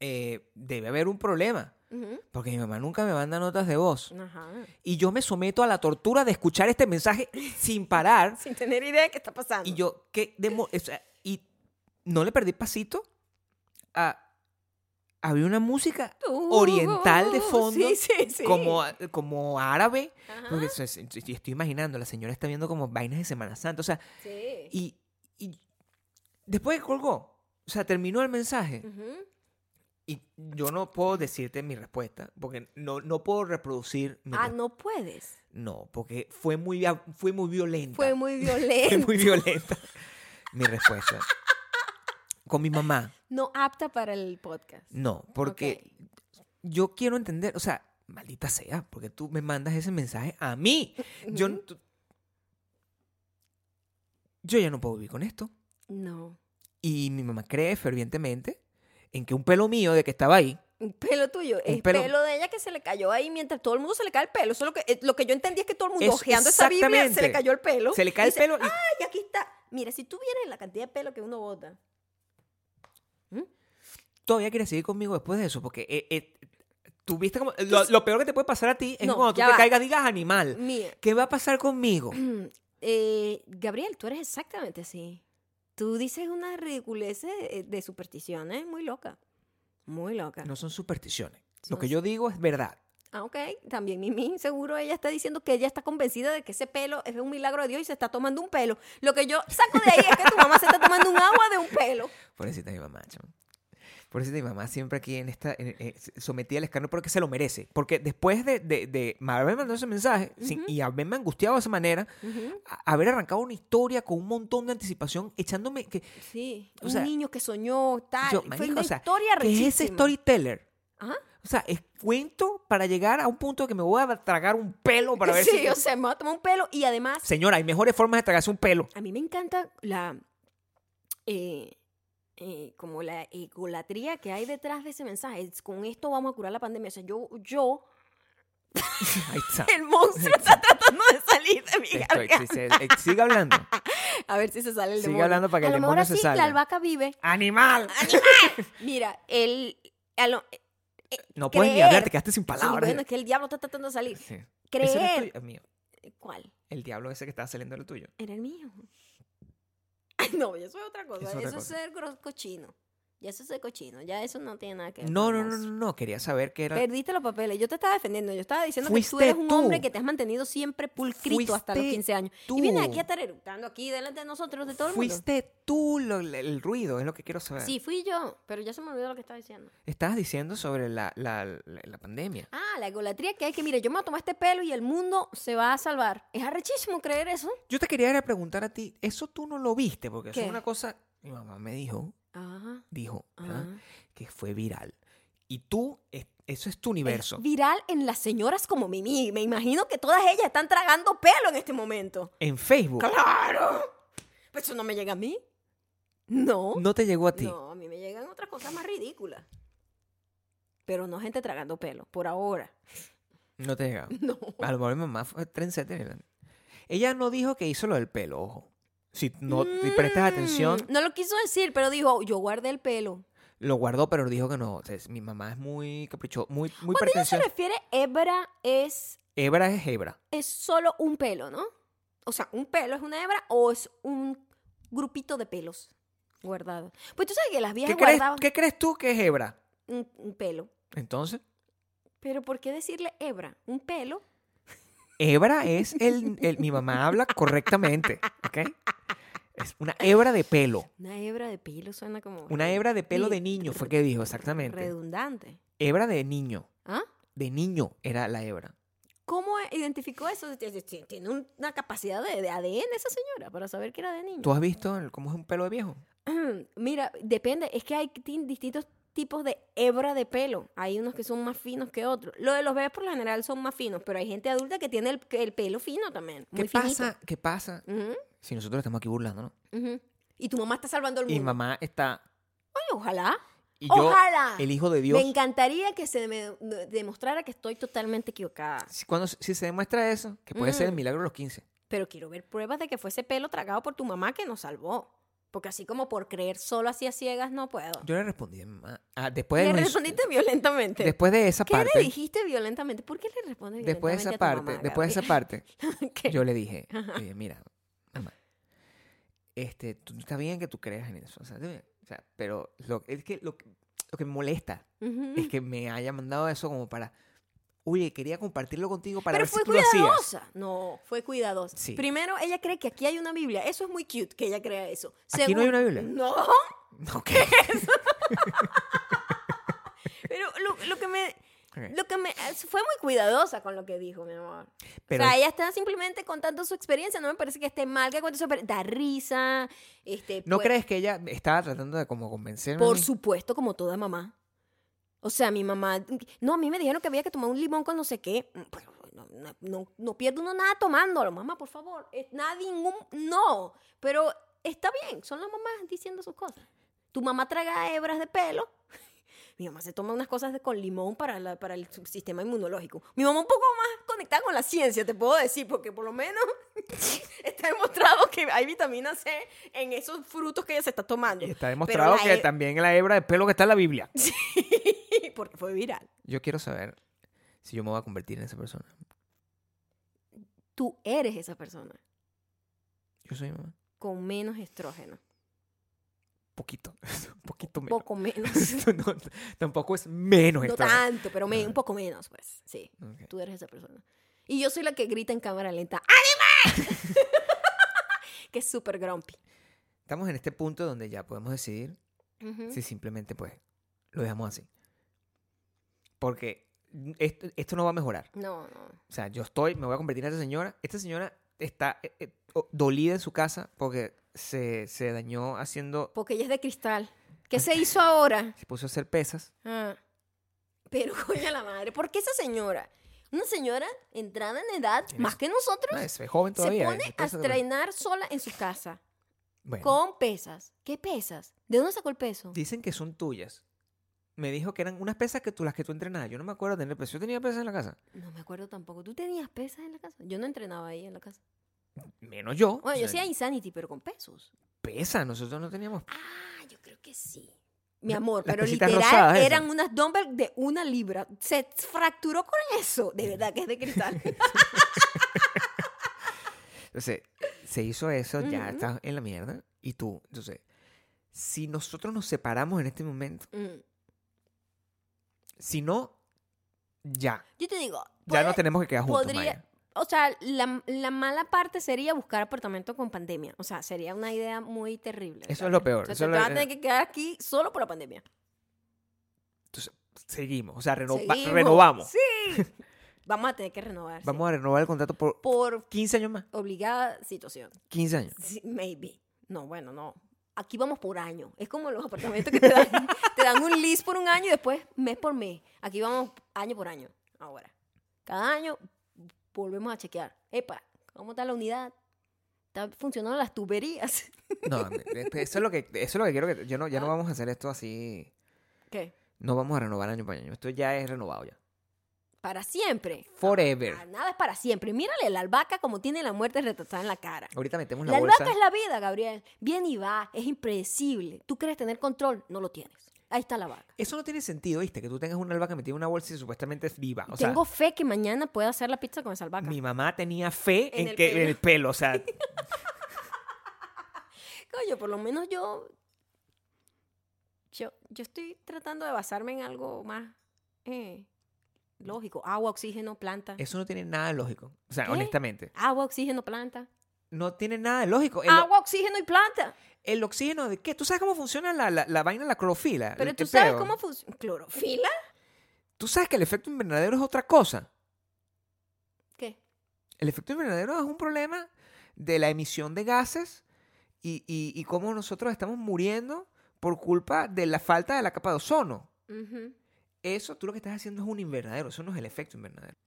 eh, debe haber un problema,
ujú.
porque mi mamá nunca me manda notas de voz.
Ajá.
Y yo me someto a la tortura de escuchar este mensaje sin parar.
Sin tener idea de qué está pasando.
Y yo, ¿qué demo- o sea, y no le perdí pasito a. Había una música
Tú,
oriental de fondo,
Uh, sí, sí, sí.
Como, como árabe.
Ajá.
Porque se- se- yo estoy imaginando, la señora está viendo como vainas de Semana Santa. O sea,
Sí.
y, y después que colgó, o sea, terminó el mensaje.
Ujú.
Y yo no puedo decirte mi respuesta, porque no, no puedo reproducir mi
Ah,
res-
no puedes.
No, porque fue muy, a- fue muy violenta.
Fue muy
Fue
violento.
muy violenta mi respuesta. Con mi mamá,
No apta para el podcast.
no, porque yo quiero entender, o sea, maldita sea, porque tú me mandas ese mensaje a mí. Yo, n- tú- yo ya no puedo vivir con esto.
No.
Y mi mamá cree fervientemente en que un pelo mío de que estaba ahí,
Un pelo tuyo.
Un
es
pelo-
pelo... de ella que se le cayó ahí mientras todo el mundo se le cae el pelo. Eso es lo que, eh, lo que yo entendí es que todo el mundo
Es-
ojeando esa Biblia se le
exactamente.
cayó el pelo.
se le cae el
Dice, "Ah".
pelo y
Ay, aquí está. Mira, si tú vieras la cantidad de pelo que uno bota.
todavía quiere seguir conmigo después de eso, porque eh, eh, tú viste como... Lo, lo peor que te puede pasar a ti es
No,
cuando tú
ya
te
va.
caigas, digas animal.
Mira,
¿Qué va a pasar conmigo?
eh, Gabriel, tú eres exactamente así. Tú dices una ridiculez de, de supersticiones muy loca. Muy loca.
No son supersticiones.
Son-
Lo que yo digo es verdad.
Ah, ok. También Mimi, seguro ella está diciendo que ella está convencida de que ese pelo es un milagro de Dios y se está tomando un pelo. Lo que yo saco de ahí es que tu mamá se está tomando un agua de un pelo.
Pobrecita mi mamá, chamo. Pobrecita mi mamá siempre aquí en esta, en- eh, sometida al escándalo porque se lo merece. Porque después de, de, de haberme mandado ese mensaje sin- y haberme angustiado de esa manera,
Ujú.
a- haber arrancado una historia con un montón de anticipación, echándome que...
Sí,
O
un
sea,
niño que soñó, tal.
yo,
Fue
marico,
una
o sea,
historia
¿qué es
rechísima. ¿Ah?
ese storyteller?
Ajá.
O sea, es cuento para llegar a un punto que me voy a tragar un pelo para ver
sí,
si...
o sea, me va a tomar un pelo y además
Señora, hay mejores formas de tragarse un pelo.
a mí me encanta la eh, eh, como la egolatría que hay detrás de ese mensaje. Es, con esto vamos a curar la pandemia. O sea, yo, yo,
Ahí está.
el monstruo está tratando de salir de mi
Estoy-
garganta.
sí, sí, eh, sigue hablando.
A ver si se sale el
Sigue
demonio.
hablando para que
a
el
lo mejor
demonio se
así
salga.
la albahaca vive.
¡Animal!
Mira, el a lo-
No puedes ni
Creer.
hablar, te quedaste sin
sí,
palabras.
bueno, es que el diablo está tratando de salir.
Sí. Ese era el
Creer.
tuyo, el mío.
¿Cuál?
El diablo ese que estaba saliendo era el tuyo.
Era el mío. Ay, no, eso es otra cosa.
Eso es otra
eso
cosa.
es ser gros- cochino. Ya eso es ser cochino. Ya eso no tiene nada que ver.
No,
con
no,
el
no, no,
monstruo.
no, quería saber qué era.
Perdiste los papeles. Yo te estaba defendiendo. Yo estaba diciendo que tú
Fuiste
eres un
tú.
hombre que te has mantenido siempre pulcrito hasta los
Fuiste
15 años. Y
tú.
vienes aquí a estar eructando aquí delante de nosotros, de todo el mundo.
Fuiste tú lo- el, el ruido, es lo que quiero saber.
Sí, fui yo, pero ya se me olvidó lo que estaba diciendo.
Estabas diciendo sobre la, la, la, la pandemia.
Ah, la egolatría que hay que, mire, yo me voy a tomar este pelo y el mundo se va a salvar. Es arrechísimo creer eso.
Yo te quería era preguntar a ti, eso tú no lo viste, porque eso
¿Qué?
es una cosa. Mi mamá me dijo,
Ajá.
dijo, ¿verdad?
ajá.
que fue viral. Y tú, es- eso es tu
Es
universo.
viral en las señoras como Mimi. Me imagino que todas ellas están tragando pelo en este momento.
En Facebook.
¡Claro! Pero eso no me llega a mí. No.
No te llegó a ti.
No, a mí me llegan otras cosas más ridículas. Pero no gente tragando pelo, por ahora.
No te llegó.
No.
A lo mejor mi mamá fue trendsetter. Ella no dijo que hizo lo del pelo, ojo. Si no si prestas atención,
Mm, No lo quiso decir, pero dijo, yo guardé el pelo.
lo guardó, pero dijo que no. O sea, es- mi mamá es muy caprichosa, muy, muy
Cuando ella se
pretenciosa.
refiere hebra es,
Hebra es hebra.
es solo un pelo, ¿no? O sea, un pelo es una hebra o es un grupito de pelos guardados. Pues tú sabes que las viejas
¿Qué crees,
guardaban
qué crees tú que es hebra?
un, un pelo.
Entonces,
Pero ¿por qué decirle hebra? Un pelo.
hebra es el, el- Mi mamá habla correctamente, ¿ok? Es una hebra de pelo.
Una hebra de pelo suena como...
Una hebra de pelo
Sí,
de niño fue que dijo, exactamente.
Redundante.
Hebra de niño.
¿Ah?
De niño era la hebra.
¿Cómo identificó eso? Tiene un- una capacidad de, de ADN esa señora para saber que era de niño.
¿Tú has visto el- cómo es un pelo de viejo?
Mira, depende. Es que hay tin- distintos tipos de hebra de pelo. Hay unos que son más finos que otros. Lo de los bebés por lo general son más finos, pero hay gente adulta que tiene el, que el pelo fino también.
¿Qué
Muy finito.
pasa? ¿Qué pasa
Ujú,
si nosotros estamos aquí burlando, no?
ujú. Y tu mamá está salvando el
Y
mundo.
mamá está.
Oye, ojalá.
Y yo,
ojalá.
el hijo de Dios.
me encantaría que se me de- demostrara que estoy totalmente equivocada.
Si, cuando, si se demuestra eso, que puede ser el
Mm.
milagro de los 15.
Pero quiero ver pruebas de que fue ese pelo tragado por tu mamá que nos salvó. Porque así como por creer solo así a ciegas no puedo.
Yo le respondí a mi mamá. ah, después,
Le
de, los insu-
respondiste violentamente.
después de esa
¿Qué
parte.
le dijiste violentamente? ¿Por qué le respondes violentamente
Después de
a
esa
tu
parte,
mamá,
después de esa parte,
Gabriel? ¿Qué?
yo le dije, oye, mira, mamá, este, tú, está bien que tú creas en eso, o sea, está bien, o sea, pero lo, es que lo, que- lo que me molesta
Ujú.
es que me haya mandado eso como para, oye, quería compartirlo contigo para
Pero
ver
fue
si tú lo hacías.
cuidadosa. No, fue cuidadosa.
Sí.
Primero, ella cree que aquí hay una Biblia. Eso es muy cute que ella crea eso.
¿Aquí no hay
Segundo-
una Biblia?
No,
Ok.
pero lo, lo que me...
Ok.
Lo que me eh, fue muy cuidadosa con lo que dijo, mi amor.
Pero
o sea, ella está simplemente contando su experiencia. No me parece que esté mal que cuente su experiencia. Da risa. Este,
¿no
pues,
crees que ella estaba tratando de como convencerme? a
Por
mí?
supuesto, como toda mamá. O sea, mi mamá. No, a mí me dijeron que había que tomar un limón con no sé qué. Mm, pero No, no, no- no pierde uno nada tomándolo, mamá, por favor. Eh, Nada, ningún. No. Pero está bien, son las mamás diciendo sus cosas. Tu mamá traga hebras de pelo. Mi mamá se toma unas cosas de- con limón para, la- para el sistema inmunológico. Mi mamá un poco más conectada con la ciencia, te puedo decir, porque por lo menos está demostrado que hay vitamina C en esos frutos que ella se está tomando.
Y está
Pero
demostrado
la
que
he-
también la hebra de pelo que está en la Biblia.
porque fue viral.
Yo quiero saber si yo me voy a convertir en esa persona.
Tú eres esa persona
Yo soy mamá.
con menos estrógeno,
Poquito. Un poquito menos.
poco menos.
No, t- tampoco es menos
No
extraño.
tanto, pero me- un poco menos, pues. Sí,
Ok.
tú eres esa persona. Y yo soy la que grita en cámara lenta, ¡Animal! que es súper grumpy.
Estamos en este punto donde ya podemos decidir
Ujú.
si simplemente pues lo dejamos así. Porque esto, esto no va a mejorar.
No, no.
O sea, yo estoy, me voy a convertir en esta señora. Esta señora está eh, eh, o- dolida en su casa porque se, se dañó haciendo,
Porque ella es de cristal. ¿Qué se hizo ahora?
se puso a hacer pesas.
Ah. Pero coño la madre, ¿por qué esa señora? Una señora entrada en edad,
Tiene
más
su-
que nosotros,
Ah, es joven
se
todavía.
pone
eh,
a
pesa todavía.
entrenar sola en su casa
Bueno,
con pesas. ¿Qué pesas? ¿De dónde sacó el peso?
dicen que son tuyas. Me dijo que eran unas pesas que tú las que tú entrenabas. Yo no me acuerdo de tener pesas. Yo tenía pesas en la casa.
No me acuerdo tampoco. ¿Tú tenías pesas en la casa? Yo no entrenaba ahí en la casa.
Menos yo.
Bueno,
O
yo
sea,
hacía Insanity, pero con pesos.
pesas. Nosotros no teníamos.
Ah, yo creo que sí. Mi amor,
Las
pero
pesitas
literal
rosadas esas.
eran unas dumbbells de una libra. Se fracturó con eso. De verdad que es de cristal.
Entonces, se hizo eso, ya
Ujú.
estás en la mierda. Y tú, entonces, si nosotros nos separamos en este momento,
Mm.
si no, ya.
Yo te digo.
Ya no
puede-
tenemos que quedar juntos,
podría-
Maya.
O sea, la, la mala parte sería buscar apartamento con pandemia. O sea, sería una idea muy terrible.
Eso
¿verdad?
es lo peor,
O sea, te
eso es lo-
vas a tener que quedar aquí solo por la pandemia.
Seguimos, o sea, reno- va-
Seguimos.
renovamos.
Sí. Vamos a tener que renovar. sí.
Vamos a renovar el contrato por
Por
15 años más.
obligada situación.
15 años.
Sí, maybe. No, bueno, no. Aquí vamos por año. Es como los apartamentos que te dan, te dan un lease por un año y después mes por mes. Aquí vamos año por año. Ahora. Cada año volvemos a chequear. Epa, ¿cómo está la unidad? ¿Están funcionando las tuberías?
No, me- eso es lo que, eso es lo que quiero que. Yo no,
Ah.
ya no vamos a hacer esto así.
¿Qué?
No vamos a renovar año por año. Esto ya es renovado ya.
Ah, Para siempre.
Forever.
Ah, Nada es para siempre. Mírale la albahaca como tiene la muerte retratada en la cara.
Ahorita metemos la,
La
bolsa.
albahaca es la vida, Gabriel. Viene y va. Es impredecible. Tú crees tener control. No lo tienes. Ahí está la vaca.
Eso no tiene sentido, ¿viste? Que tú tengas una albahaca metida en una bolsa y supuestamente es viva. O sea,
Tengo fe que mañana pueda hacer la pizza con esa albahaca.
Mi mamá tenía fe en,
En el
que
pelo.
en el pelo, o sea,
Coño, por lo menos yo, yo. Yo estoy tratando de basarme en algo más eh, lógico. Agua, oxígeno, planta.
eso no tiene nada de lógico. O sea,
¿Qué?
honestamente,
Agua, oxígeno, planta.
no tiene nada de lógico. El,
Agua, oxígeno y planta.
el oxígeno de qué? ¿Tú sabes cómo funciona la, la, la vaina de la clorofila?
Pero
El-
tú
el
sabes
peo.
cómo funciona. ¿Clorofila?
Tú sabes que el efecto invernadero es otra cosa.
¿Qué?
El efecto invernadero es un problema de la emisión de gases y, y, y cómo nosotros estamos muriendo por culpa de la falta de la capa de ozono.
Ujú.
Eso tú lo que estás haciendo es un invernadero, eso no es el efecto invernadero.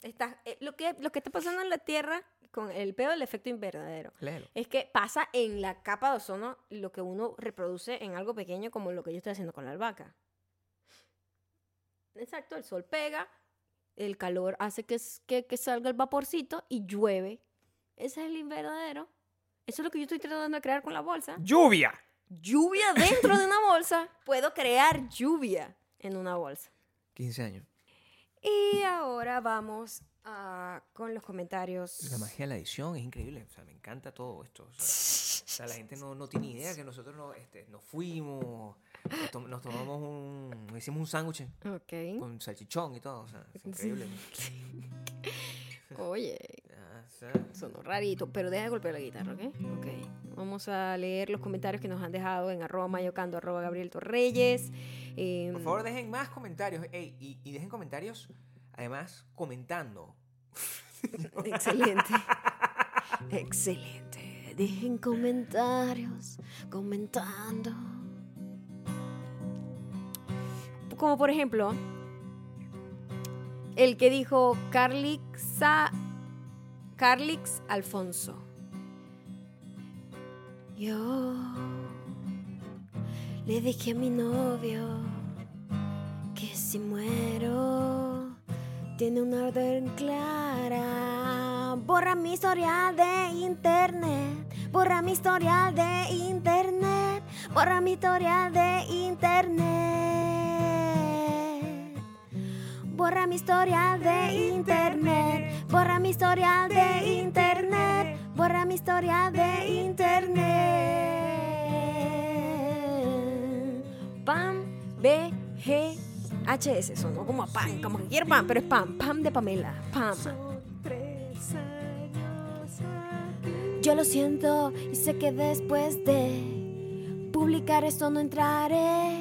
Estás- eh, lo, que, lo que está pasando en la Tierra con el pedo del efecto invernadero
Léelo.
es que pasa en la capa de ozono lo que uno reproduce en algo pequeño como lo que yo estoy haciendo con la albahaca. Exacto, el sol pega, el calor hace que, s- que, que salga el vaporcito y llueve. Ese es el invernadero. Eso es lo que yo estoy tratando de crear con la bolsa.
¡Lluvia!
Lluvia dentro de una bolsa. Puedo crear lluvia en una bolsa.
15 años.
Y ahora vamos a- con los comentarios.
La magia de la edición es increíble. O sea, me encanta todo esto. O sea, o sea, la gente no, no tiene idea que nosotros no, este, nos fuimos, nos, tom- nos tomamos un. nos hicimos un sándwich
Ok.
con salchichón y todo. O sea, es increíble.
Oye,
Ah, o sea,
sonó rarito, pero deja de golpear la guitarra, ¿ok? Ok. Vamos a leer los comentarios que nos han dejado en arroba mayocando, arroba Gabriel Torreyes. Em,
Por favor, dejen más comentarios. Ey, y, y dejen comentarios, además, comentando.
Excelente. Excelente. Dejen comentarios, comentando. Como por ejemplo, el que dijo Carlixa, Carlix Alfonso. Yo le dije a mi novio que si muero tiene una orden clara. Borra mi historial de internet. Borra mi historial de internet. Borra mi historial de internet. Borra mi historial de internet. Borra mi historial de internet. Borra mi historial de internet. Pam B G H S sonó como a pan, como que quiere pan, pero es pam, pam de Pamela, pam. Yo lo siento y sé que después de publicar esto no entraré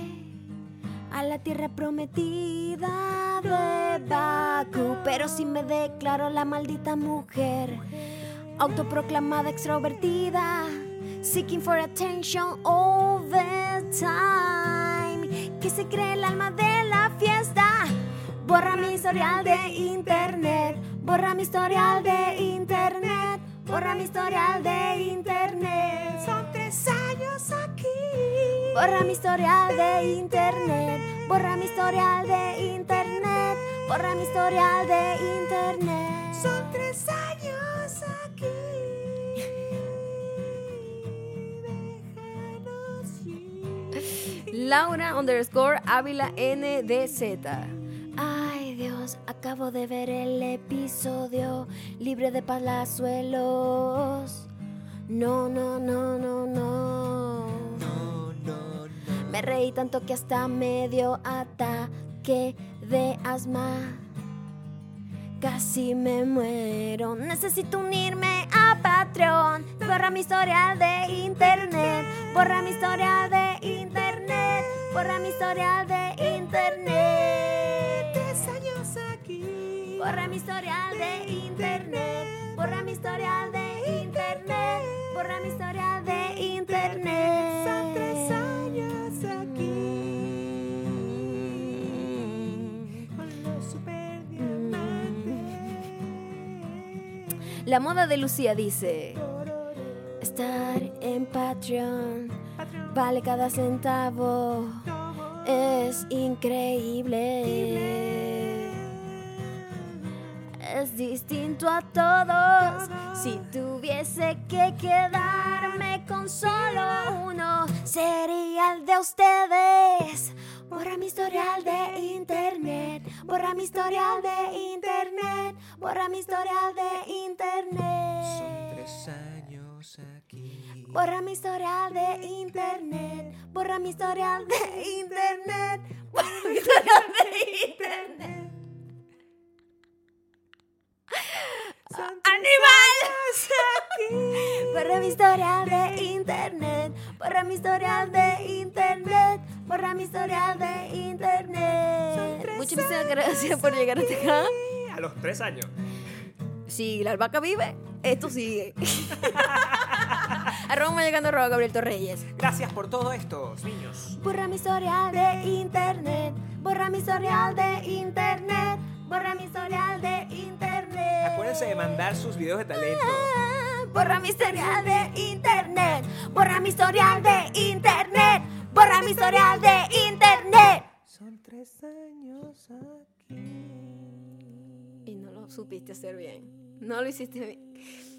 a la tierra prometida de Bakú, pero si me declaro la maldita mujer autoproclamada extrovertida, seeking for attention all the time, que se cree el alma de la fiesta. Borra mi historial de internet, borra mi historial de internet, borra mi historial de internet.
Son tres años aquí.
Borra mi historial de internet, borra mi historial de internet, borra mi historial de internet.
Son tres años aquí. Déjanos ir.
Laura underscore Ávila NDZ. Ay Dios, acabo de ver el episodio libre de palazuelos. No, no, no, no, no.
No, no, no.
Me reí tanto que hasta me dio ataque de asma. Casi me muero. Necesito unirme a Patreon. Borra mi historial de internet. Borra mi historial de internet. Borra mi historial de internet.
Tres años aquí.
Borra mi historial de internet. Borra mi historial de internet. Borra mi historial de internet.
Son tres años aquí. Con los super diamantes.
La moda de Lucía dice: Estar en Patreon
Patrón,
vale cada centavo.
como
Es increíble. Es distinto a todos. Si tuviese que quedarme con solo uno, sería el de ustedes. Borra mi historial de internet. Borra mi historial de internet. Borra mi historial de
Son
internet.
tres años aquí.
Borra mi historial de internet. Borra mi historial de internet. Borra mi historial de internet.
son tres
¡Animal! Borra mi historial de internet. Borra mi historial de internet. Borra mi historial de internet. Muchísimas gracias por llegar hasta acá.
A los tres años.
Si la albahaca vive, esto sigue. Arroba Maya llegando arroba Gabriel Torreyes.
Gracias por todo esto.
Niños.
Borra mi historial de internet. Borra mi historial de internet. Borra mi historial de internet.
Acuérdense de mandar sus videos de talento.
Borra mi historial de internet. Borra mi historial de internet. Borra mi historial de internet.
Son tres años aquí.
Y no lo supiste hacer bien. No lo hiciste bien.